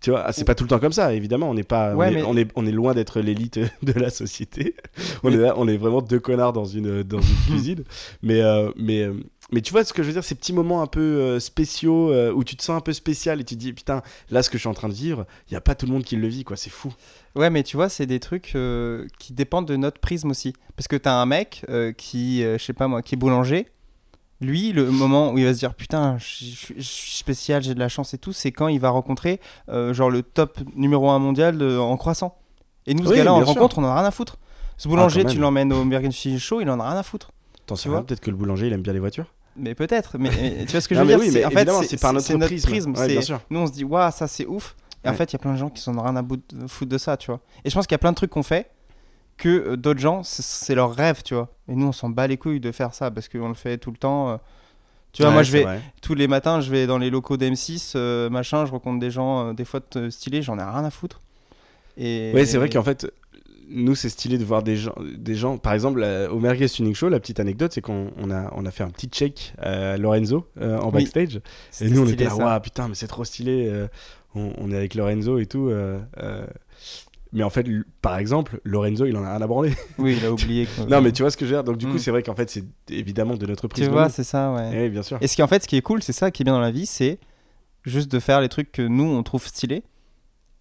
[SPEAKER 2] Tu vois, ah, c'est pas tout le temps comme ça, évidemment. On n'est pas,
[SPEAKER 1] Ouais,
[SPEAKER 2] on, est,
[SPEAKER 1] mais-
[SPEAKER 2] on est, on est loin d'être l'élite de la société. On est, là- on est vraiment deux connards dans une, dans une cuisine. Mais, euh, mais, euh, mais tu vois ce que je veux dire, ces petits moments un peu euh, spéciaux euh, où tu te sens un peu spécial et tu te dis putain, là ce que je suis en train de vivre, il y a pas tout le monde qui le vit, quoi. C'est fou.
[SPEAKER 1] Ouais, mais tu vois, c'est des trucs euh, qui dépendent de notre prisme aussi. Parce que t'as un mec euh, qui, euh, je sais pas moi, qui est boulanger. Lui, le moment où il va se dire putain, je je- je suis spécial, j'ai de la chance et tout, c'est quand il va rencontrer euh, genre le top numéro 1 mondial de- en croissant. Et nous, ce
[SPEAKER 2] Oui,
[SPEAKER 1] gars-là, on le
[SPEAKER 2] bien sûr.
[SPEAKER 1] rencontre, on en a rien à foutre. Ce
[SPEAKER 2] Ah,
[SPEAKER 1] boulanger,
[SPEAKER 2] quand même.
[SPEAKER 1] tu l'emmènes au Burger King Show, il en a rien à foutre.
[SPEAKER 2] T'en
[SPEAKER 1] sais
[SPEAKER 2] sais
[SPEAKER 1] rien,
[SPEAKER 2] Peut-être que le boulanger il aime bien les voitures.
[SPEAKER 1] Mais peut-être, mais, mais tu vois ce que je
[SPEAKER 2] Non,
[SPEAKER 1] veux
[SPEAKER 2] mais
[SPEAKER 1] dire
[SPEAKER 2] oui,
[SPEAKER 1] c'est-
[SPEAKER 2] mais
[SPEAKER 1] En fait,
[SPEAKER 2] évidemment, c'est par notre
[SPEAKER 1] c'est notre
[SPEAKER 2] prisme.
[SPEAKER 1] prisme.
[SPEAKER 2] Ouais,
[SPEAKER 1] c'est-
[SPEAKER 2] bien sûr.
[SPEAKER 1] Nous, on se dit, waouh, ça c'est ouf. Et en
[SPEAKER 2] Ouais.
[SPEAKER 1] fait, il y a plein de gens qui s'en ont rien à bout de- foutre de ça, tu vois. Et je pense qu'il y a plein de trucs qu'on fait que euh, d'autres gens, c'est- c'est leur rêve, tu vois. Et nous, on s'en bat les couilles de faire ça parce qu'on le fait tout le temps. euh. Tu vois, moi,
[SPEAKER 2] Ouais,
[SPEAKER 1] je
[SPEAKER 2] c'est
[SPEAKER 1] vais
[SPEAKER 2] vrai.
[SPEAKER 1] tous les matins, je vais dans les locaux d'M6, euh, machin, je rencontre des gens, euh, des fois t- stylés, j'en ai rien à foutre. Et...
[SPEAKER 2] Ouais, c'est vrai qu'en fait, nous, c'est stylé de voir des gens. Des gens par exemple, euh, au Merguez Tuning Show, la petite anecdote, c'est qu'on on a, on a fait un petit check à Lorenzo euh, en
[SPEAKER 1] Oui.
[SPEAKER 2] backstage.
[SPEAKER 1] C'était
[SPEAKER 2] Et nous, on
[SPEAKER 1] stylé,
[SPEAKER 2] était là,
[SPEAKER 1] ça.
[SPEAKER 2] waouh, putain, mais c'est trop stylé. euh, on, on est avec Lorenzo et tout. euh, euh. mais en fait, l- par exemple, Lorenzo, il en a rien à branler.
[SPEAKER 1] Oui, il a oublié. que-
[SPEAKER 2] non, mais tu vois ce que je veux dire. Donc, du coup,
[SPEAKER 1] Mm.
[SPEAKER 2] c'est vrai qu'en fait, c'est évidemment de
[SPEAKER 1] tu
[SPEAKER 2] notre prise
[SPEAKER 1] vois, c'est ça, ouais.
[SPEAKER 2] Oui, bien sûr.
[SPEAKER 1] Et ce qui en fait, ce qui est cool, c'est ça qui est bien dans la vie, c'est juste de faire les trucs que nous on trouve stylés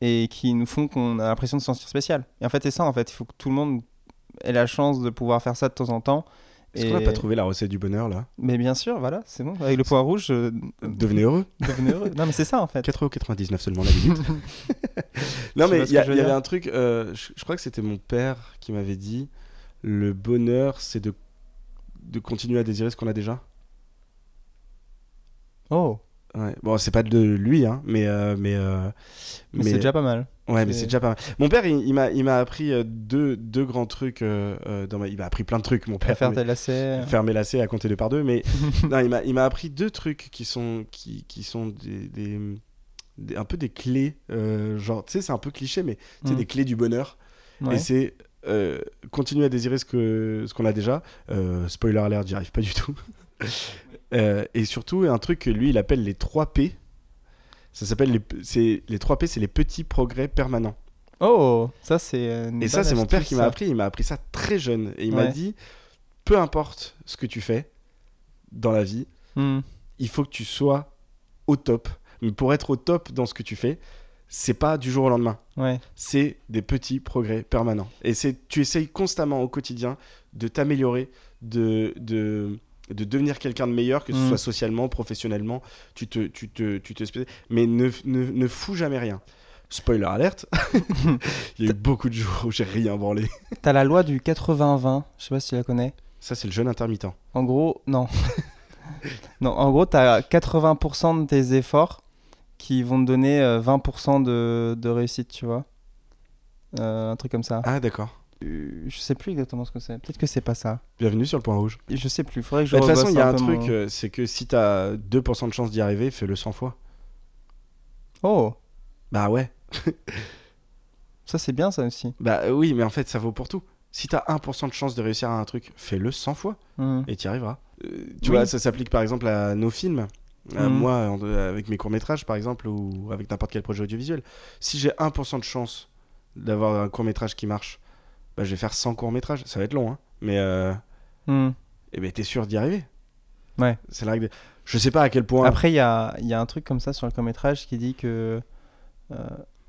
[SPEAKER 1] et qui nous font qu'on a l'impression de se sentir spécial. Et en fait, c'est ça. En fait, il faut que tout le monde ait la chance de pouvoir faire ça de temps en temps.
[SPEAKER 2] Est-ce
[SPEAKER 1] Et-
[SPEAKER 2] qu'on n'a pas trouvé la recette du bonheur, là
[SPEAKER 1] Mais bien sûr, voilà, c'est bon. Avec le poids rouge, euh,
[SPEAKER 2] Devenez heureux.
[SPEAKER 1] devenez heureux. Non, mais c'est ça en fait.
[SPEAKER 2] 4,99€ seulement la minute. non,
[SPEAKER 1] Tu vois
[SPEAKER 2] mais
[SPEAKER 1] ce
[SPEAKER 2] il y, a-
[SPEAKER 1] que je
[SPEAKER 2] il
[SPEAKER 1] veux
[SPEAKER 2] y avait
[SPEAKER 1] dire
[SPEAKER 2] un truc, euh, je, je crois que c'était mon père qui m'avait dit le bonheur, c'est de, de continuer à désirer ce qu'on a déjà.
[SPEAKER 1] Oh,
[SPEAKER 2] Ouais. Bon, c'est pas de lui, hein, mais. euh, mais, euh,
[SPEAKER 1] mais, c'est déjà pas mal.
[SPEAKER 2] Ouais, mais
[SPEAKER 1] c'est-
[SPEAKER 2] c'est déjà pas mal. Mon père, il, il m'a- il m'a appris euh, deux, deux grands trucs. euh, euh, dans ma- Il m'a appris plein de trucs, mon père.
[SPEAKER 1] Faire
[SPEAKER 2] mais-
[SPEAKER 1] des lacets.
[SPEAKER 2] Faire mes lacets à compter deux par deux, mais non, il m'a- il m'a appris deux trucs qui sont, qui, qui sont des, des- des- un peu des clés, euh, genre, tu sais, c'est un peu cliché, mais tu sais,
[SPEAKER 1] Mm.
[SPEAKER 2] des clés du bonheur.
[SPEAKER 1] Ouais.
[SPEAKER 2] Et c'est euh, continuer à désirer ce qu'on ce qu'on a déjà. Euh, spoiler alert, j'y arrive pas du tout. Euh, et surtout, un truc que lui, il appelle les 3 P. Ça s'appelle les, p- c'est- les 3 P, c'est les petits progrès permanents.
[SPEAKER 1] Oh, ça c'est. euh, une
[SPEAKER 2] Et ça,
[SPEAKER 1] bonne
[SPEAKER 2] c'est mon père
[SPEAKER 1] astuce,
[SPEAKER 2] qui m'a
[SPEAKER 1] ça.
[SPEAKER 2] appris. Il m'a appris ça très jeune. Et il m'a
[SPEAKER 1] Ouais.
[SPEAKER 2] dit peu importe ce que tu fais dans la vie,
[SPEAKER 1] Hmm.
[SPEAKER 2] il faut que tu sois au top. Mais pour être au top dans ce que tu fais, c'est pas du jour au lendemain.
[SPEAKER 1] Ouais.
[SPEAKER 2] C'est des petits progrès permanents. Et c'est tu essayes constamment au quotidien de t'améliorer, de, de, de devenir quelqu'un de meilleur, que ce
[SPEAKER 1] Mm.
[SPEAKER 2] soit socialement, professionnellement. Tu te, tu te, tu te spé- mais ne, ne, ne fous jamais rien. Spoiler alerte, il y a eu beaucoup de jours où j'ai rien branlé.
[SPEAKER 1] T'as la loi du 80-20. Je sais pas si tu la connais.
[SPEAKER 2] Ça, c'est le jeûne intermittent.
[SPEAKER 1] En gros, non. non, en gros, tu as 80% de tes efforts qui vont te donner euh, 20% de, de réussite, tu vois. Euh, un truc comme ça.
[SPEAKER 2] Ah, d'accord.
[SPEAKER 1] Euh, Je sais plus exactement ce que c'est. Peut-être que c'est pas ça.
[SPEAKER 2] Bienvenue sur le point rouge.
[SPEAKER 1] Je sais plus. Faudrait que je hein.
[SPEAKER 2] Bah, De toute façon,
[SPEAKER 1] rebosse
[SPEAKER 2] il y a un
[SPEAKER 1] peu
[SPEAKER 2] truc,
[SPEAKER 1] mon-
[SPEAKER 2] euh, c'est que si t'as 2% de chance d'y arriver, fais-le 100 fois.
[SPEAKER 1] Oh,
[SPEAKER 2] Bah ouais.
[SPEAKER 1] ça c'est bien ça aussi.
[SPEAKER 2] Bah euh, oui, mais en fait, ça vaut pour tout. Si t'as 1% de chance de réussir à un truc, fais-le 100 fois
[SPEAKER 1] Hmm.
[SPEAKER 2] et t'y arriveras. Euh, tu
[SPEAKER 1] Oui.
[SPEAKER 2] vois, ça s'applique par exemple à nos films. À
[SPEAKER 1] Mhm.
[SPEAKER 2] Moi, en- euh, avec mes courts-métrages par exemple, ou avec n'importe quel projet audiovisuel. Si j'ai 1% de chance d'avoir un court-métrage qui marche, bah je vais faire 100 courts-métrages. Ça va être long, hein. Mais euh,
[SPEAKER 1] Hmm.
[SPEAKER 2] eh ben, t'es sûr d'y arriver.
[SPEAKER 1] Ouais.
[SPEAKER 2] C'est la règle. des- Je sais pas à quel point.
[SPEAKER 1] Après, il y a, il y a un truc comme ça sur le court-métrage qui dit que euh,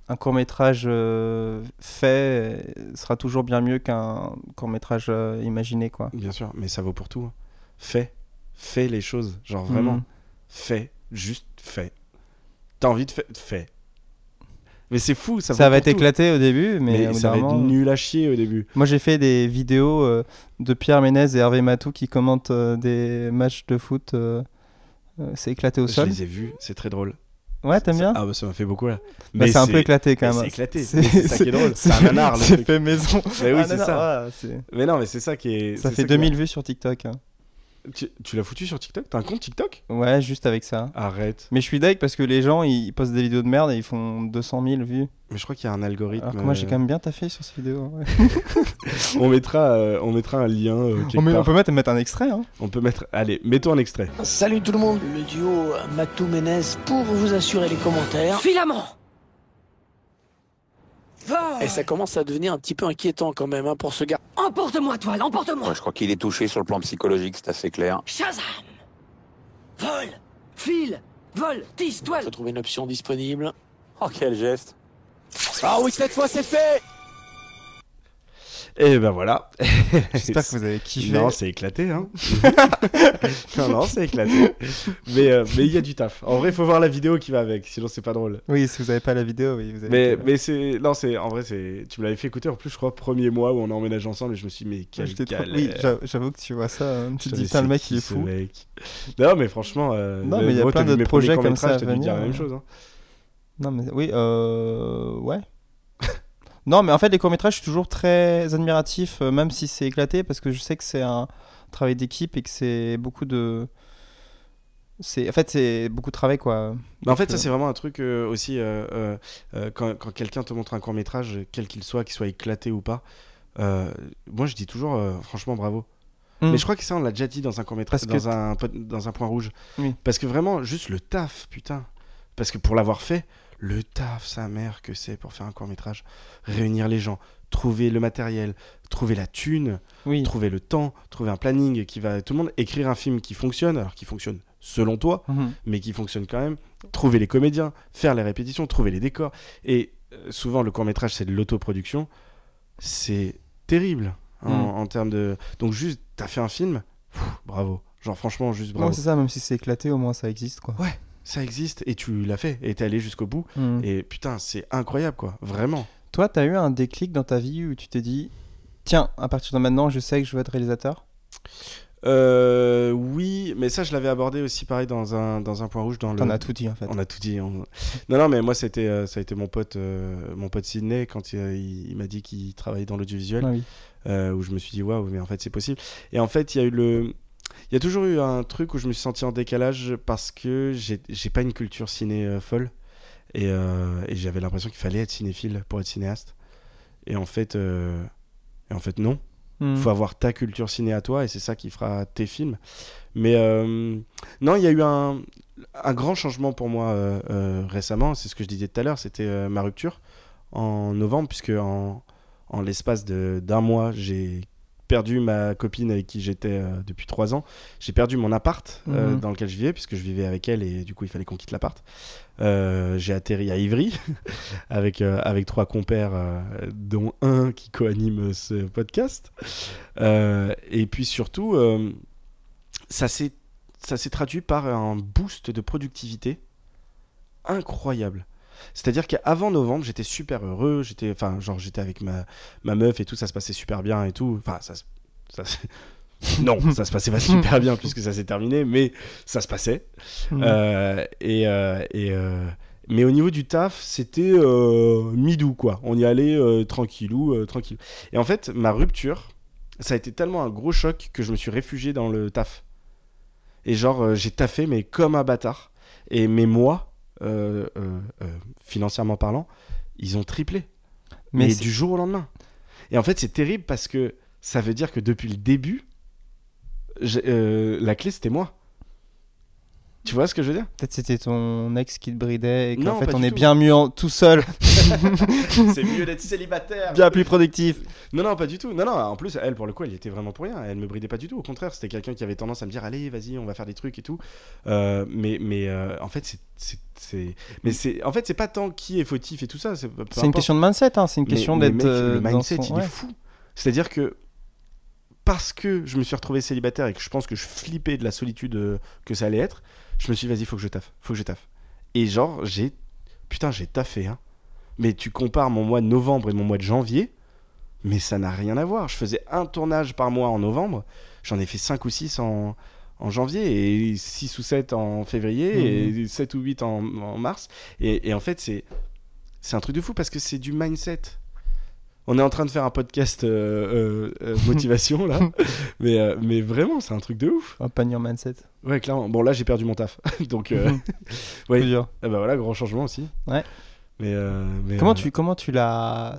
[SPEAKER 1] un court-métrage euh, fait sera toujours bien mieux qu'un court-métrage euh, imaginé, quoi.
[SPEAKER 2] Bien sûr, mais ça vaut pour tout. hein. Fais. Fais les choses. Genre vraiment,
[SPEAKER 1] Hmm.
[SPEAKER 2] fais. Juste fais. T'as envie de faire. Fais. Mais c'est fou,
[SPEAKER 1] Ça,
[SPEAKER 2] ça,
[SPEAKER 1] va
[SPEAKER 2] vaut pour
[SPEAKER 1] être
[SPEAKER 2] tout.
[SPEAKER 1] éclaté au début, mais,
[SPEAKER 2] Mais
[SPEAKER 1] au bout
[SPEAKER 2] ça
[SPEAKER 1] d'un
[SPEAKER 2] va être
[SPEAKER 1] moment-
[SPEAKER 2] nul à chier au début.
[SPEAKER 1] Moi, j'ai fait des vidéos euh, de Pierre Ménez et Hervé Matou qui commentent euh, des matchs de foot. euh, euh, c'est éclaté au
[SPEAKER 2] Je
[SPEAKER 1] sol.
[SPEAKER 2] les ai vus, c'est très drôle.
[SPEAKER 1] Ouais, t'aimes
[SPEAKER 2] Ça-
[SPEAKER 1] bien
[SPEAKER 2] Ah bah ça m'a fait beaucoup là.
[SPEAKER 1] Bah, C'est un peu éclaté quand
[SPEAKER 2] mais
[SPEAKER 1] même.
[SPEAKER 2] C'est éclaté. mais C'est ça qui est drôle. C'est
[SPEAKER 1] c'est-
[SPEAKER 2] un anard le
[SPEAKER 1] c'est
[SPEAKER 2] truc.
[SPEAKER 1] fait maison.
[SPEAKER 2] Mais oui,
[SPEAKER 1] Ah,
[SPEAKER 2] c'est
[SPEAKER 1] non,
[SPEAKER 2] ça.
[SPEAKER 1] non, ouais, c'est-
[SPEAKER 2] Mais non, mais c'est ça qui est.
[SPEAKER 1] ça
[SPEAKER 2] c'est
[SPEAKER 1] fait
[SPEAKER 2] qui est-
[SPEAKER 1] 2000 vues sur TikTok. hein.
[SPEAKER 2] Tu, tu l'as foutu sur TikTok T'as un compte TikTok
[SPEAKER 1] Ouais, juste avec ça.
[SPEAKER 2] Arrête.
[SPEAKER 1] Mais je suis deg parce que les gens ils postent des vidéos de merde et ils font 200 000 vues.
[SPEAKER 2] Mais je crois qu'il y a un algorithme.
[SPEAKER 1] Alors que moi j'ai
[SPEAKER 2] euh,
[SPEAKER 1] quand même bien taffé sur ces vidéos. hein. ouais.
[SPEAKER 2] on, mettra, euh, on mettra un lien. euh, quelque
[SPEAKER 1] On, met- on
[SPEAKER 2] part.
[SPEAKER 1] peut mettre, mettre un extrait. Hein.
[SPEAKER 2] on peut mettre. Allez, mettons un extrait.
[SPEAKER 4] Salut tout le monde, le duo Matou Menez pour vous assurer les commentaires.
[SPEAKER 5] Filament Va
[SPEAKER 4] Et ça commence à devenir un petit peu inquiétant quand même hein, pour ce gars.
[SPEAKER 5] Emporte-moi, toile, emporte-moi
[SPEAKER 6] Ouais, je crois qu'il est touché sur le plan psychologique, c'est assez clair.
[SPEAKER 5] Shazam Vol File Vol Tisse,
[SPEAKER 4] Il
[SPEAKER 5] toile
[SPEAKER 4] faut trouver une option disponible.
[SPEAKER 6] Oh, quel geste
[SPEAKER 4] Ah oui, cette fois c'est fait
[SPEAKER 2] Et ben voilà.
[SPEAKER 1] J'espère que vous avez kiffé.
[SPEAKER 2] Non, c'est éclaté, hein. non, non, c'est éclaté. Mais euh, mais il y a du taf. En vrai, il faut voir la vidéo qui va avec, sinon c'est pas drôle.
[SPEAKER 1] Oui, si vous avez pas la vidéo, oui, vous avez.
[SPEAKER 2] Mais,
[SPEAKER 1] été-
[SPEAKER 2] mais c'est. Non, c'est. En vrai, c'est. Tu me l'avais fait écouter, en plus, je crois, premier mois où on a emménagé ensemble, et je me suis dit, mais quelle
[SPEAKER 1] J'étais trop-
[SPEAKER 2] galère.
[SPEAKER 1] Oui, j'a- j'avoue que tu vois ça, hein, tu te
[SPEAKER 2] Putain,
[SPEAKER 1] dis
[SPEAKER 2] mais
[SPEAKER 1] putain le
[SPEAKER 2] c'est
[SPEAKER 1] mec
[SPEAKER 2] qui,
[SPEAKER 1] il est
[SPEAKER 2] ce
[SPEAKER 1] fou.
[SPEAKER 2] mec non mais franchement euh,
[SPEAKER 1] Non, mais il y a
[SPEAKER 2] moi,
[SPEAKER 1] plein
[SPEAKER 2] t'as vu
[SPEAKER 1] d'autres
[SPEAKER 2] mes premiers
[SPEAKER 1] projets comme
[SPEAKER 2] courts-métrages,
[SPEAKER 1] ça à
[SPEAKER 2] t'as dû dire la
[SPEAKER 1] venir.
[SPEAKER 2] même chose hein.
[SPEAKER 1] Non mais oui, euh... ouais. non mais en fait les courts métrages je suis toujours très admiratif, euh, même si c'est éclaté, parce que je sais que c'est un travail d'équipe et que c'est beaucoup de... C'est... En fait c'est beaucoup de travail quoi.
[SPEAKER 2] Mais Bah, en fait,
[SPEAKER 1] Donc,
[SPEAKER 2] ça,
[SPEAKER 1] euh,
[SPEAKER 2] c'est vraiment un truc euh, aussi. euh, euh, euh, quand quand quelqu'un te montre un court métrage, quel qu'il soit, qu'il soit éclaté ou pas, euh, moi, je dis toujours, euh, franchement, bravo.
[SPEAKER 1] Mm.
[SPEAKER 2] Mais je crois que ça, on l'a déjà dit dans un court métrage,
[SPEAKER 1] Parce que
[SPEAKER 2] dans un, pot- dans un point rouge.
[SPEAKER 1] Oui.
[SPEAKER 2] Parce que vraiment, juste le taf, putain. Parce que pour l'avoir fait, le taf, sa mère, que c'est pour faire un court métrage. Réunir les gens, trouver le matériel, trouver la thune,
[SPEAKER 1] Oui.
[SPEAKER 2] trouver le temps, trouver un planning qui va. Tout le monde, écrire un film qui fonctionne, alors qui fonctionne selon toi
[SPEAKER 1] Mhm.
[SPEAKER 2] mais qui fonctionne quand même. Trouver les comédiens, faire les répétitions, trouver les décors. Et euh, souvent, le court-métrage, c'est de l'autoproduction. C'est terrible en,
[SPEAKER 1] Mm.
[SPEAKER 2] en termes de. Donc, juste, t'as fait un film, pfff, bravo. Genre, franchement, juste bravo.
[SPEAKER 1] Non, c'est ça, même si c'est éclaté au moins ça existe quoi.
[SPEAKER 2] ça existe et tu l'as fait et t'es allé jusqu'au bout.
[SPEAKER 1] Mhm.
[SPEAKER 2] Et putain, c'est incroyable, quoi. Vraiment.
[SPEAKER 1] Toi t'as eu un déclic dans ta vie où tu t'es dit tiens à partir de maintenant je sais que je veux être réalisateur.
[SPEAKER 2] Euh, oui, mais ça, je l'avais abordé aussi, pareil, dans un, dans un point rouge. dans
[SPEAKER 1] T'en
[SPEAKER 2] le,
[SPEAKER 1] as tout dit en fait.
[SPEAKER 2] On a tout dit. on- Non, non, mais moi, c'était, euh, ça a été mon pote, euh, mon pote Sydney, quand il, il- il m'a dit qu'il travaillait dans l'audiovisuel,
[SPEAKER 1] Ah oui.
[SPEAKER 2] euh, où je me suis dit, waouh, mais en fait, c'est possible. Et en fait, il y a eu le. Il y a toujours eu un truc où je me suis senti en décalage parce que j'ai j'ai pas une culture ciné euh, folle. Et, euh, et j'avais l'impression qu'il fallait être cinéphile pour être cinéaste. Et en fait, euh, et en fait non
[SPEAKER 1] Mhm.
[SPEAKER 2] faut avoir ta culture ciné à toi et c'est ça qui fera tes films. Mais euh, non, il y a eu un, un grand changement pour moi euh, euh, récemment. C'est ce que je disais tout à l'heure, c'était euh, ma rupture en novembre, puisque en, en l'espace de- d'un mois, j'ai perdu ma copine avec qui j'étais euh, depuis trois ans. J'ai perdu mon appart euh,
[SPEAKER 1] Mhm.
[SPEAKER 2] dans lequel je vivais, puisque je vivais avec elle et du coup, il fallait qu'on quitte l'appart. Euh, j'ai atterri à Ivry avec, euh, avec trois compères, euh, dont un qui co-anime ce podcast. Euh, et puis surtout, euh, ça s'est ça s'est traduit par un boost de productivité incroyable. C'est-à-dire qu'avant novembre, j'étais super heureux, j'étais enfin genre j'étais avec ma ma meuf et tout, ça se passait super bien et tout. Enfin ça se- ça se- non, ça se passait pas super bien puisque ça s'est terminé, mais ça se passait.
[SPEAKER 1] Mhm.
[SPEAKER 2] Euh, et euh, et, euh, mais au niveau du taf, c'était euh, midou quoi. On y allait euh, tranquillou, euh, tranquille. Et en fait, ma rupture, ça a été tellement un gros choc que je me suis réfugié dans le taf. Et genre, euh, j'ai taffé, mais comme un bâtard. Et mes mois, euh, euh, euh, financièrement parlant, ils ont triplé. Mais,
[SPEAKER 1] Mais c'est-
[SPEAKER 2] du jour au lendemain. Et en fait, c'est terrible parce que ça veut dire que depuis le début, j'ai- euh, la clé, c'était moi. Tu vois ce que je veux dire
[SPEAKER 1] Peut-être c'était ton ex qui te bridait et qu'en
[SPEAKER 2] Non,
[SPEAKER 1] fait
[SPEAKER 2] pas
[SPEAKER 1] on
[SPEAKER 2] du
[SPEAKER 1] est
[SPEAKER 2] tout.
[SPEAKER 1] bien mieux en- tout seul,
[SPEAKER 2] C'est mieux d'être célibataire.
[SPEAKER 1] bien plus productif.
[SPEAKER 2] Non, non, pas du tout. Non, non, en plus, elle, pour le coup, elle y était vraiment pour rien. Elle me bridait pas du tout. Au contraire, c'était quelqu'un qui avait tendance à me dire Allez, vas-y, on va faire des trucs et tout. Euh, mais mais euh, en fait, c'est- c'est. c'est- Mais c'est. En fait, c'est pas tant qui est fautif et tout ça. C'est peu
[SPEAKER 1] C'est une
[SPEAKER 2] importe.
[SPEAKER 1] question de mindset, hein, c'est une
[SPEAKER 2] Mais-
[SPEAKER 1] question
[SPEAKER 2] mais
[SPEAKER 1] d'être.
[SPEAKER 2] mec,
[SPEAKER 1] euh,
[SPEAKER 2] Le
[SPEAKER 1] dans
[SPEAKER 2] mindset,
[SPEAKER 1] son-
[SPEAKER 2] il
[SPEAKER 1] ouais.
[SPEAKER 2] est fou. C'est-à-dire que. Parce que je me suis retrouvé célibataire et que je pense que je flippais de la solitude euh, que ça allait être, je me suis dit, vas-y, faut que je taffe, faut que je taffe. Et genre, j'ai. Putain, j'ai taffé, hein. Mais tu compares mon mois de novembre et mon mois de janvier, mais ça n'a rien à voir. Je faisais un tournage par mois en novembre, j'en ai fait 5 ou 6 en, en janvier, et 6 ou 7 en février,
[SPEAKER 1] Mhm.
[SPEAKER 2] et 7 ou 8 en, en mars. Et, et en fait, c'est c'est un truc de fou parce que c'est du mindset. On est en train de faire un podcast euh, euh, euh, motivation là, mais, euh, mais vraiment, c'est un truc de ouf.
[SPEAKER 1] Un panier en man set.
[SPEAKER 2] Ouais, clairement. Bon, là, j'ai perdu mon taf, donc euh, Oui.
[SPEAKER 1] Plus dur.
[SPEAKER 2] ah bah voilà, grand changement aussi.
[SPEAKER 1] Mhm. Ouais.
[SPEAKER 2] Mais, euh, mais,
[SPEAKER 1] Comment
[SPEAKER 2] euh,
[SPEAKER 1] tu comment tu l'as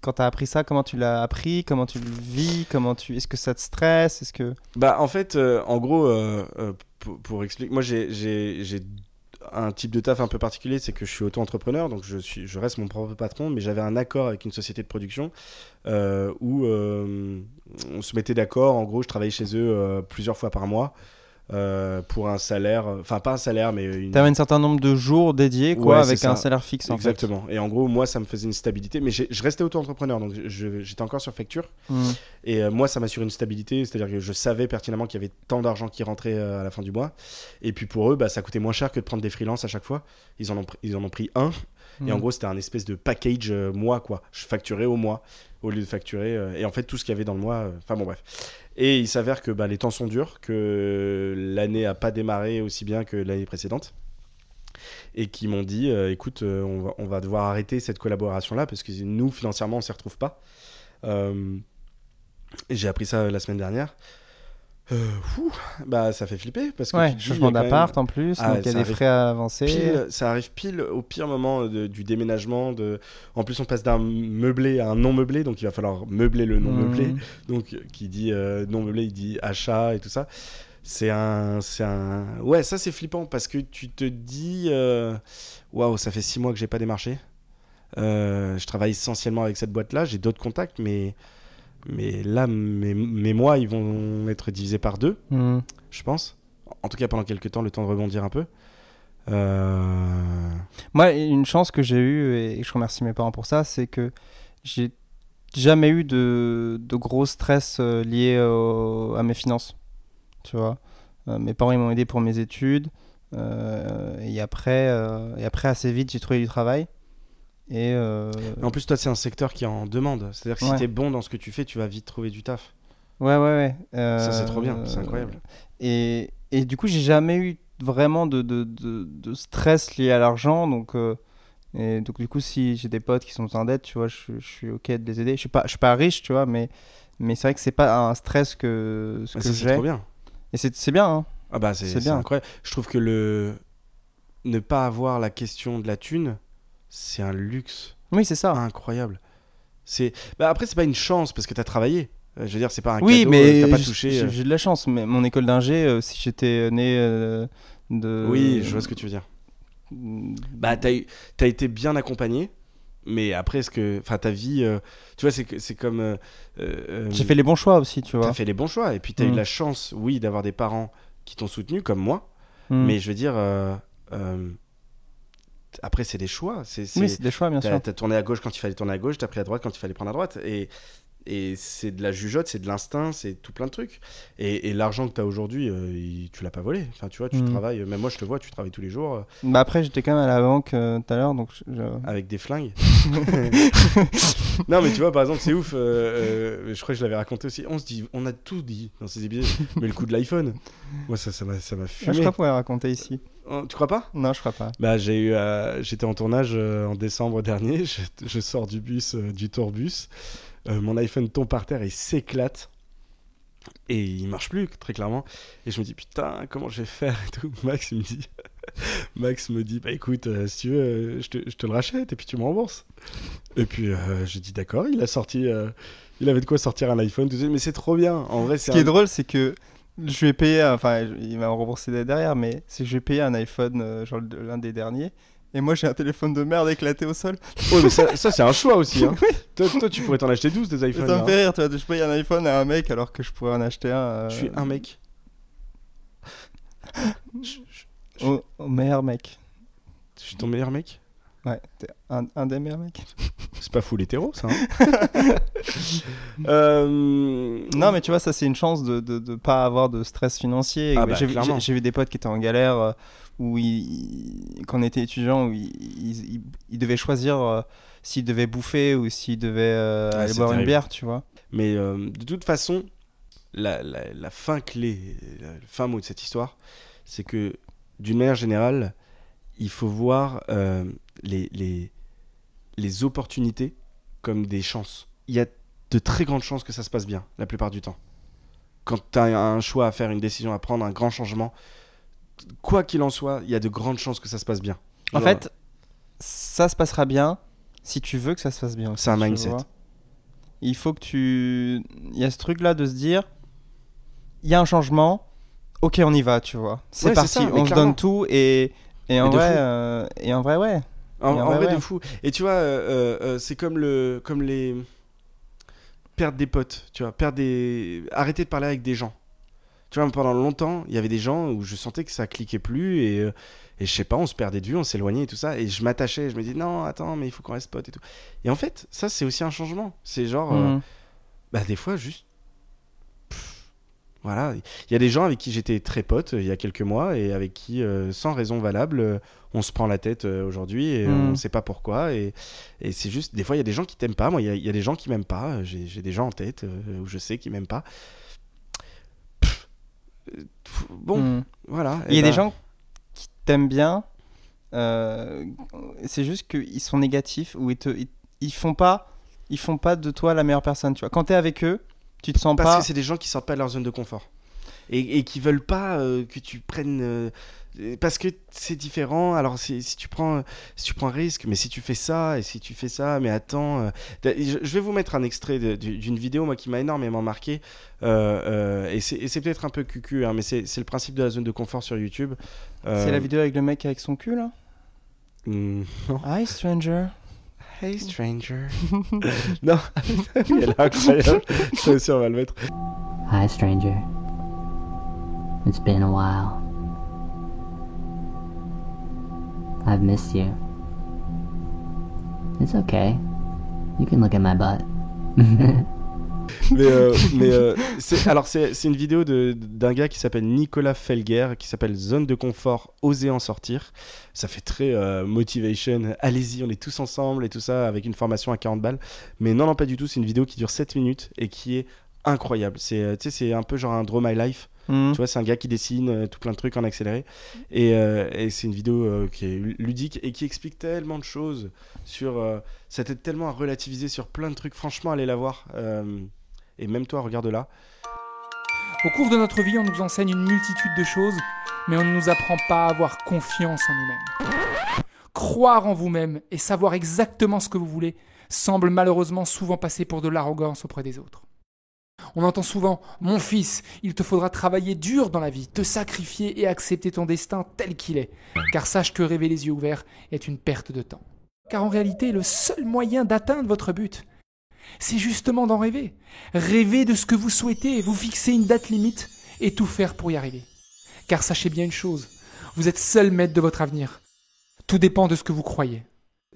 [SPEAKER 1] quand t'as appris ça comment tu l'as appris comment tu le vis comment tu est-ce que ça te stresse est-ce que
[SPEAKER 2] Bah, en fait, euh, en gros, euh, euh, pour, pour expliquer, moi j'ai- j'ai j'ai un type de taf un peu particulier, c'est que je suis auto-entrepreneur, donc je, suis, je reste mon propre patron, mais j'avais un accord avec une société de production euh, où euh, on se mettait d'accord, en gros, je travaillais chez eux euh, plusieurs fois par mois euh, pour un salaire, enfin pas un salaire, mais une...
[SPEAKER 1] t'avais un certain nombre de jours dédiés quoi
[SPEAKER 2] Ouais,
[SPEAKER 1] avec
[SPEAKER 2] c'est
[SPEAKER 1] un
[SPEAKER 2] ça.
[SPEAKER 1] salaire fixe en
[SPEAKER 2] Exactement. Et en gros, moi, ça me faisait une stabilité, mais j'ai- je restais auto-entrepreneur, donc je- j'étais encore sur facture.
[SPEAKER 1] fait. Mm.
[SPEAKER 2] Et euh, moi, ça m'assure une stabilité, c'est-à-dire que je savais pertinemment qu'il y avait tant d'argent qui rentrait euh, à la fin du mois. Et puis pour eux, bah, ça coûtait moins cher que de prendre des freelances à chaque fois. Ils en ont, pr- ils en ont pris un. Et en
[SPEAKER 1] Mm.
[SPEAKER 2] gros, c'était un espèce de package euh, mois, quoi. Je facturais au mois au lieu de facturer. euh, et en fait, tout ce qu'il y avait dans le mois. euh, Enfin bon, bref. Et il s'avère que bah, les temps sont durs, que l'année a pas démarré aussi bien que l'année précédente. Et qui m'ont dit, euh, écoute, euh, on, va, on va devoir arrêter cette collaboration-là parce que nous, financièrement, on s'y retrouve pas. Euh, et j'ai appris ça euh, la semaine dernière. Euh, ouh, bah, ça fait flipper parce que tu
[SPEAKER 1] ouais
[SPEAKER 2] te dis,
[SPEAKER 1] changement
[SPEAKER 2] il y a quand même-
[SPEAKER 1] d'appart en plus
[SPEAKER 2] Ah,
[SPEAKER 1] donc il y a
[SPEAKER 2] ça
[SPEAKER 1] des
[SPEAKER 2] arrive
[SPEAKER 1] frais à avancer
[SPEAKER 2] Pile, ça arrive pile au pire moment euh, de- du déménagement. De... En plus, on passe d'un meublé à un non meublé, donc il va falloir meubler le non
[SPEAKER 1] Mm.
[SPEAKER 2] meublé. Donc, euh, qui dit euh, non meublé, il dit achat et tout ça. C'est un, c'est un. Ouais, ça c'est flippant parce que tu te dis, euh, waouh, ça fait six mois que j'ai pas démarché. Euh, je travaille essentiellement avec cette boîte-là. J'ai d'autres contacts, mais mais là, mes, mes mois, ils vont être divisés par deux
[SPEAKER 1] Mm.
[SPEAKER 2] je pense. En tout cas, pendant quelques temps, le temps de rebondir un peu. Euh,
[SPEAKER 1] Moi, une chance que j'ai eue, et je remercie mes parents pour ça, c'est que j'ai jamais eu de, de gros stress euh, lié au- à mes finances. Tu vois, Euh, mes parents ils m'ont aidé pour mes études, euh, et, après, euh, et après, assez vite, j'ai trouvé du travail. Et euh,
[SPEAKER 2] En plus, toi, c'est un secteur qui en demande. C'est-à-dire que
[SPEAKER 1] Ouais.
[SPEAKER 2] si t'es bon dans ce que tu fais, tu vas vite trouver du taf.
[SPEAKER 1] ouais, ouais, ouais.
[SPEAKER 2] Ça, c'est
[SPEAKER 1] Euh,
[SPEAKER 2] trop bien. C'est incroyable.
[SPEAKER 1] Et, et du coup, j'ai jamais eu vraiment de, de, de, de stress lié à l'argent. Donc, euh, et donc, du coup, si j'ai des potes qui sont en dette, tu vois, je, je suis OK de les aider. Je suis pas, je suis pas riche, tu vois, mais, mais c'est vrai que c'est pas un stress que, ce
[SPEAKER 2] Ah,
[SPEAKER 1] que
[SPEAKER 2] ça, c'est
[SPEAKER 1] j'ai.
[SPEAKER 2] trop bien.
[SPEAKER 1] Et c'est c'est bien, hein.
[SPEAKER 2] Ah bah, c'est
[SPEAKER 1] C'est
[SPEAKER 2] c'est
[SPEAKER 1] bien.
[SPEAKER 2] incroyable. Je trouve que le ne pas avoir la question de la thune, c'est un luxe
[SPEAKER 1] Oui, c'est ça.
[SPEAKER 2] incroyable. C'est bah, après, c'est pas une chance parce que t'as travaillé. Euh, Je veux dire, c'est pas un
[SPEAKER 1] oui,
[SPEAKER 2] cadeau. euh,
[SPEAKER 1] mais
[SPEAKER 2] t'as pas
[SPEAKER 1] j-
[SPEAKER 2] touché.
[SPEAKER 1] j'ai
[SPEAKER 2] euh.
[SPEAKER 1] j'ai de la chance. Mais mon école d'ingé, euh, si j'étais né euh, de.
[SPEAKER 2] Oui, je vois ce que tu veux dire. Bah, t'as eu- t'as été bien accompagné, mais après, ce que, enfin, ta vie, euh, tu vois, c'est que- c'est comme. euh, euh,
[SPEAKER 1] J'ai fait les bons choix aussi, tu vois.
[SPEAKER 2] T'as fait les bons choix, et puis t'as eu
[SPEAKER 1] Mm.
[SPEAKER 2] la chance, oui, d'avoir des parents qui t'ont soutenu, comme moi,
[SPEAKER 1] Mm.
[SPEAKER 2] mais je veux dire. euh, euh, après, c'est des choix. C'est, c'est-
[SPEAKER 1] Oui, c'est des choix, bien
[SPEAKER 2] t'as,
[SPEAKER 1] sûr.
[SPEAKER 2] t'as tourné à gauche quand il fallait tourner à gauche, t'as pris à droite quand il fallait prendre à droite. Et, et c'est de la jugeote, c'est de l'instinct, c'est tout plein de trucs. Et, et l'argent que t'as aujourd'hui, euh, il- tu l'as pas volé. Enfin, tu vois, tu
[SPEAKER 1] Mm.
[SPEAKER 2] travailles, même moi je te vois, tu travailles tous les jours euh,
[SPEAKER 1] Bah après, j'étais quand même à la banque euh, tout à l'heure, donc je- je-
[SPEAKER 2] avec des flingues. non, mais tu vois, par exemple, c'est ouf. euh, euh, je crois que je l'avais raconté aussi. On se dit, on a tout dit dans ces épisodes. mais le coup de l'iPhone, moi, ça, ça m'a, ça m'a
[SPEAKER 1] Ah,
[SPEAKER 2] fumé.
[SPEAKER 1] je crois qu'on va raconter ici.
[SPEAKER 2] Oh, tu crois pas
[SPEAKER 1] Non, je crois pas.
[SPEAKER 2] Bah, j'ai eu, euh, j'étais en tournage euh, en décembre dernier. Je, je sors du bus, euh, du tourbus. Euh, mon iPhone tombe par terre et s'éclate. Et il marche plus, très clairement. Et je me dis, putain, comment je vais faire et tout. Max il me dit, Max me dit, bah écoute, euh, si tu veux, euh, je te, je te le rachète et puis tu me rembourses. Et puis euh, j'ai dit, d'accord, il a sorti, euh, il avait de quoi sortir un iPhone, tout ça. Mais c'est trop bien. En vrai,
[SPEAKER 1] Ce
[SPEAKER 2] c'est
[SPEAKER 1] qui
[SPEAKER 2] un-
[SPEAKER 1] est drôle, c'est que je vais payer, enfin, je- il m'a remboursé derrière, mais c'est que je vais payer un iPhone, euh, genre le- l'un des derniers, et moi j'ai un téléphone de merde éclaté au sol.
[SPEAKER 2] Ouais, mais ça, ça, c'est un choix aussi. hein. toi, toi, tu pourrais t'en acheter 12 des
[SPEAKER 1] Ça
[SPEAKER 2] iPhones. là,
[SPEAKER 1] me
[SPEAKER 2] hein.
[SPEAKER 1] fait rire, tu vois, de- je paye un iPhone à un mec alors que je pourrais en acheter un. euh,
[SPEAKER 2] Je suis un mec. Je, je-
[SPEAKER 1] Au, au meilleur mec.
[SPEAKER 2] je suis ton meilleur mec
[SPEAKER 1] Ouais, t'es un, un des meilleurs mecs.
[SPEAKER 2] C'est pas fou l'hétéro, ça. hein Euh,
[SPEAKER 1] Non, mais tu vois, ça c'est une chance de de, de pas avoir de stress financier.
[SPEAKER 2] Ah
[SPEAKER 1] Ouais,
[SPEAKER 2] bah,
[SPEAKER 1] j'ai, vu-
[SPEAKER 2] clairement.
[SPEAKER 1] j'ai- j'ai vu des potes qui étaient en galère, euh, où ils, ils- quand on était étudiant, où ils, ils- ils- ils devaient choisir euh, s'ils devaient bouffer ou s'ils devaient euh,
[SPEAKER 2] Ah,
[SPEAKER 1] aller
[SPEAKER 2] c'est
[SPEAKER 1] boire une
[SPEAKER 2] terrible.
[SPEAKER 1] bière, tu vois.
[SPEAKER 2] Mais euh, de toute façon, la, la- la fin clé, la fin mot de cette histoire, c'est que d'une manière générale, il faut voir euh, les, les, les opportunités comme des chances. Il y a de très grandes chances que ça se passe bien, la plupart du temps. Quand tu as un choix à faire, une décision à prendre, un grand changement, quoi qu'il en soit, il y a de grandes chances que ça se passe bien.
[SPEAKER 1] En
[SPEAKER 2] Genre,
[SPEAKER 1] fait, ça se passera bien si tu veux que ça se passe bien.
[SPEAKER 2] C'est un
[SPEAKER 1] tu
[SPEAKER 2] mindset.
[SPEAKER 1] vois. Il faut que tu. Il y a ce truc-là de se dire il y a un changement, ok, on y va, tu vois. C'est
[SPEAKER 2] Ouais, c'est
[SPEAKER 1] parti,
[SPEAKER 2] ça, mais
[SPEAKER 1] on se
[SPEAKER 2] clairement.
[SPEAKER 1] donne tout et, et, en,
[SPEAKER 2] de
[SPEAKER 1] vrai,
[SPEAKER 2] fou.
[SPEAKER 1] euh, et en vrai, ouais.
[SPEAKER 2] En,
[SPEAKER 1] Et en
[SPEAKER 2] en
[SPEAKER 1] vrai,
[SPEAKER 2] vrai,
[SPEAKER 1] ouais.
[SPEAKER 2] de fou. Et tu vois, euh, euh, euh, c'est comme le, comme les perdre des potes. Tu vois, perdre des, arrêter de parler avec des gens. Tu vois, pendant longtemps, il y avait des gens où je sentais que ça cliquait plus et, euh, et je sais pas, on se perdait de vue, on s'éloignait et tout ça. Et je m'attachais, je me dis non, attends, mais il faut qu'on reste potes et tout. Et en fait, ça c'est aussi un changement. C'est genre, euh,
[SPEAKER 1] Mhm.
[SPEAKER 2] bah des fois juste pff, voilà il y a des gens avec qui j'étais très pote euh, il y a quelques mois et avec qui euh, sans raison valable euh, on se prend la tête euh, aujourd'hui et
[SPEAKER 1] Mm.
[SPEAKER 2] on sait pas pourquoi et, et c'est juste des fois il y a des gens qui t'aiment pas moi il y a- il y, a des gens qui m'aiment pas euh, j'ai j'ai des gens en tête euh, où je sais qu'ils m'aiment pas Pff, euh, pff, bon
[SPEAKER 1] Mhm.
[SPEAKER 2] voilà
[SPEAKER 1] Il y
[SPEAKER 2] eh
[SPEAKER 1] a
[SPEAKER 2] ben,
[SPEAKER 1] des gens qui t'aiment bien, euh, c'est juste qu'ils sont négatifs ou ils, te, ils, ils font pas, ils font pas de toi la meilleure personne, tu vois. Quand t'es avec eux, tu te sens
[SPEAKER 2] parce
[SPEAKER 1] pas.
[SPEAKER 2] que c'est des gens qui sortent pas de leur zone de confort et, et qui veulent pas euh, que tu prennes euh, euh, parce que c'est différent alors si, si tu prends si tu prends un risque mais si tu fais ça et si tu fais ça mais attends euh, t'as- je, je vais vous mettre un extrait de- du- d'une vidéo moi qui m'a énormément marqué euh, euh, et c'est et c'est peut-être un peu cucu hein, mais c'est c'est le principe de la zone de confort sur YouTube Euh,
[SPEAKER 1] C'est la vidéo avec le mec avec son cul là
[SPEAKER 2] hmm, non.
[SPEAKER 1] Hi stranger.
[SPEAKER 2] Hey stranger non il est incroyable ça aussi on va le mettre
[SPEAKER 7] Hi, stranger. It's been a while. I've missed you. It's okay. You can look at my butt.
[SPEAKER 2] mais euh, mais, euh, c'est- alors c'est c'est une vidéo de- d'un gars qui s'appelle Nicolas Felger qui s'appelle Zone de confort, oser en sortir. Ça fait très euh, motivation, allez-y, on est tous ensemble et tout ça avec une formation à 40 balles. Mais non non pas du tout, c'est une vidéo qui dure 7 minutes et qui est incroyable. C'est euh, tu sais c'est un peu genre un draw my life
[SPEAKER 1] Mhm.
[SPEAKER 2] tu vois, c'est un gars qui dessine euh, tout plein de trucs en accéléré. Et, euh, et c'est une vidéo euh, qui est ludique et qui explique tellement de choses sur. euh, ça t'aide tellement à relativiser sur plein de trucs. Franchement, allez la voir. Euh, et même toi, regarde-la.
[SPEAKER 8] Au cours de notre vie, on nous enseigne une multitude de choses, mais on ne nous apprend pas à avoir confiance en nous-mêmes. Croire en vous-même et savoir exactement ce que vous voulez semble malheureusement souvent passer pour de l'arrogance auprès des autres. On entend souvent ⁇ Mon fils, il te faudra travailler dur dans la vie, te sacrifier et accepter ton destin tel qu'il est, car sache que rêver les yeux ouverts est une perte de temps. Car en réalité, le seul moyen d'atteindre votre but, c'est justement d'en rêver. Rêvez de ce que vous souhaitez, vous fixez une date limite et tout faire pour y arriver. Car sachez bien une chose, vous êtes seul maître de votre avenir. Tout dépend de ce que vous croyez.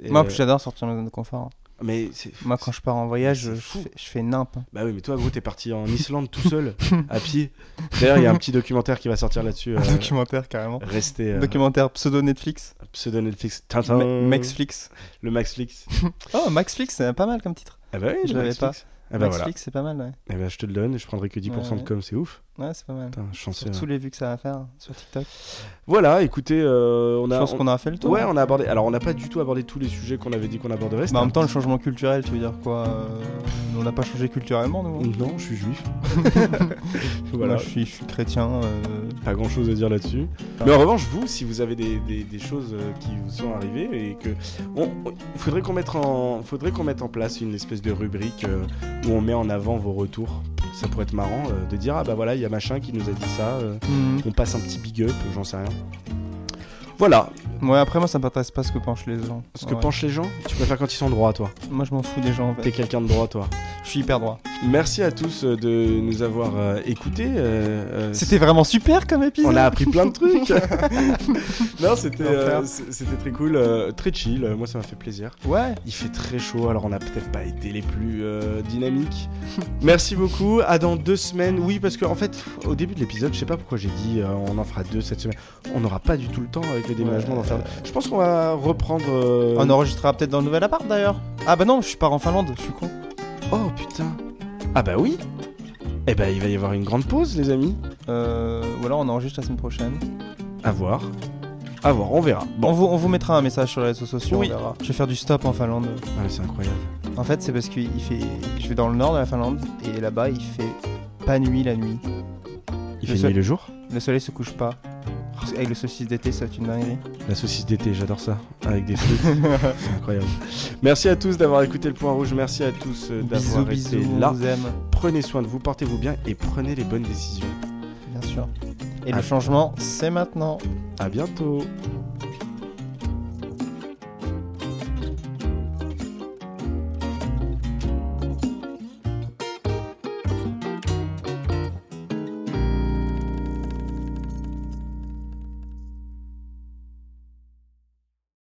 [SPEAKER 2] Et,
[SPEAKER 1] Moi, en plus,
[SPEAKER 2] euh,
[SPEAKER 1] j'adore sortir de ma zone de confort. hein.
[SPEAKER 2] mais c'est-
[SPEAKER 1] Moi, quand je pars en voyage,
[SPEAKER 2] c'est
[SPEAKER 1] je
[SPEAKER 2] fou.
[SPEAKER 1] fais, je fais nimp. hein.
[SPEAKER 2] Bah oui, mais toi, gros, t'es parti en Islande tout seul, à pied. D'ailleurs, il y a un petit documentaire qui va sortir là-dessus. euh,
[SPEAKER 1] Documentaire, carrément.
[SPEAKER 2] Restez. euh,
[SPEAKER 1] Documentaire pseudo Netflix.
[SPEAKER 2] pseudo Netflix.
[SPEAKER 1] Ma-
[SPEAKER 2] Tintin.
[SPEAKER 1] Maxflix.
[SPEAKER 2] Le Maxflix.
[SPEAKER 1] Oh, Maxflix, c'est pas mal comme titre.
[SPEAKER 2] Ah bah oui,
[SPEAKER 1] Je
[SPEAKER 2] le
[SPEAKER 1] l'avais
[SPEAKER 2] Maxflix. Ah bah voilà.
[SPEAKER 1] Maxflix, c'est pas mal, ouais.
[SPEAKER 2] Eh bah, je te le donne, je prendrai que 10%
[SPEAKER 1] Ouais.
[SPEAKER 2] de com, c'est ouf.
[SPEAKER 1] Ouais, c'est pas mal.
[SPEAKER 2] Putain, chanceux.
[SPEAKER 1] Sur tous les vues que ça va faire hein, sur TikTok.
[SPEAKER 2] Voilà, écoutez, euh, on a.
[SPEAKER 1] je pense
[SPEAKER 2] on-
[SPEAKER 1] qu'on a fait le tour.
[SPEAKER 2] Ouais, on a abordé. Alors, on n'a pas du tout abordé tous les sujets qu'on avait dit qu'on aborderait.
[SPEAKER 1] Bah, en même
[SPEAKER 2] c'était
[SPEAKER 1] temps, le changement culturel, tu veux dire quoi euh, On n'a pas changé culturellement,
[SPEAKER 2] un-
[SPEAKER 1] nous hein.
[SPEAKER 2] Non, je suis juif.
[SPEAKER 1] Moi,
[SPEAKER 2] voilà.
[SPEAKER 1] je suis, je suis chrétien. euh,
[SPEAKER 2] Pas grand chose à dire là-dessus.
[SPEAKER 1] Enfin.
[SPEAKER 2] Mais en revanche, vous, si vous avez des, des- des choses euh, qui vous sont arrivées et que. on- on- faudrait qu'on mette, en... faudrait qu'on mette en place une espèce de rubrique euh, où on met en avant vos retours. Ça pourrait être marrant euh, de dire Ah bah voilà, il y a machin qui nous a dit ça. euh,
[SPEAKER 1] Mhm.
[SPEAKER 2] on passe un petit big up, j'en sais rien. Voilà.
[SPEAKER 1] Ouais, après, moi, ça m'intéresse pas ce que penchent les gens.
[SPEAKER 2] Ce que
[SPEAKER 1] Ouais. Bah.
[SPEAKER 2] penchent les gens, tu préfères quand ils sont droits, toi.
[SPEAKER 1] Moi, je m'en fous des gens, en
[SPEAKER 2] T'es
[SPEAKER 1] fait.
[SPEAKER 2] quelqu'un de droit, toi.
[SPEAKER 1] Je suis hyper droit.
[SPEAKER 2] Merci à tous euh, de nous avoir euh, écoutés. euh, euh,
[SPEAKER 1] C'était vraiment super comme épisode.
[SPEAKER 2] on a appris plein de trucs. non, c'était euh,
[SPEAKER 1] L'enfer.
[SPEAKER 2] c- c'était très cool, euh, très chill. Euh, Moi, ça m'a fait plaisir.
[SPEAKER 1] Ouais.
[SPEAKER 2] Il fait très chaud, alors on n'a peut-être pas été les plus euh, dynamiques. Merci beaucoup. À dans deux semaines. Oui, parce qu'en en fait, au début de l'épisode, je sais pas pourquoi j'ai dit euh, on en fera deux cette semaine. On n'aura pas du tout le temps avec le déménagement d'en faire. deux. Je pense qu'on va reprendre. euh,
[SPEAKER 1] On enregistrera peut-être dans le nouvel appart, d'ailleurs. Ah bah non, je pars en Finlande, je suis con.
[SPEAKER 2] Oh putain. Ah bah oui. Eh bah, il va y avoir une grande pause, les amis.
[SPEAKER 1] Euh, ou alors on enregistre la semaine prochaine.
[SPEAKER 2] À voir. À voir, on verra.
[SPEAKER 1] On,
[SPEAKER 2] Bon,
[SPEAKER 1] vous, on vous mettra un message sur les réseaux sociaux,
[SPEAKER 2] Oui.
[SPEAKER 1] on verra. Je vais faire du stop en Finlande.
[SPEAKER 2] Ah, mais c'est incroyable.
[SPEAKER 1] Ouais, En fait, c'est parce que fait... je vais dans le nord de la Finlande et là-bas, il fait pas nuit la nuit.
[SPEAKER 2] Il
[SPEAKER 1] Le
[SPEAKER 2] fait
[SPEAKER 1] seul-
[SPEAKER 2] nuit le jour
[SPEAKER 1] Le soleil se couche pas. Parce que Avec le saucisse d'été, ça va être une dinguerie.
[SPEAKER 2] La saucisse d'été, j'adore ça. Avec des frites. C'est incroyable. Merci à tous d'avoir écouté le point rouge. Merci à tous euh,
[SPEAKER 1] Bisous,
[SPEAKER 2] d'avoir été
[SPEAKER 1] bisous, on
[SPEAKER 2] là.
[SPEAKER 1] vous aime,
[SPEAKER 2] Prenez soin de vous, portez-vous bien et prenez les bonnes décisions.
[SPEAKER 1] bien sûr. Et
[SPEAKER 2] À-
[SPEAKER 1] le changement, c'est maintenant.
[SPEAKER 2] À bientôt.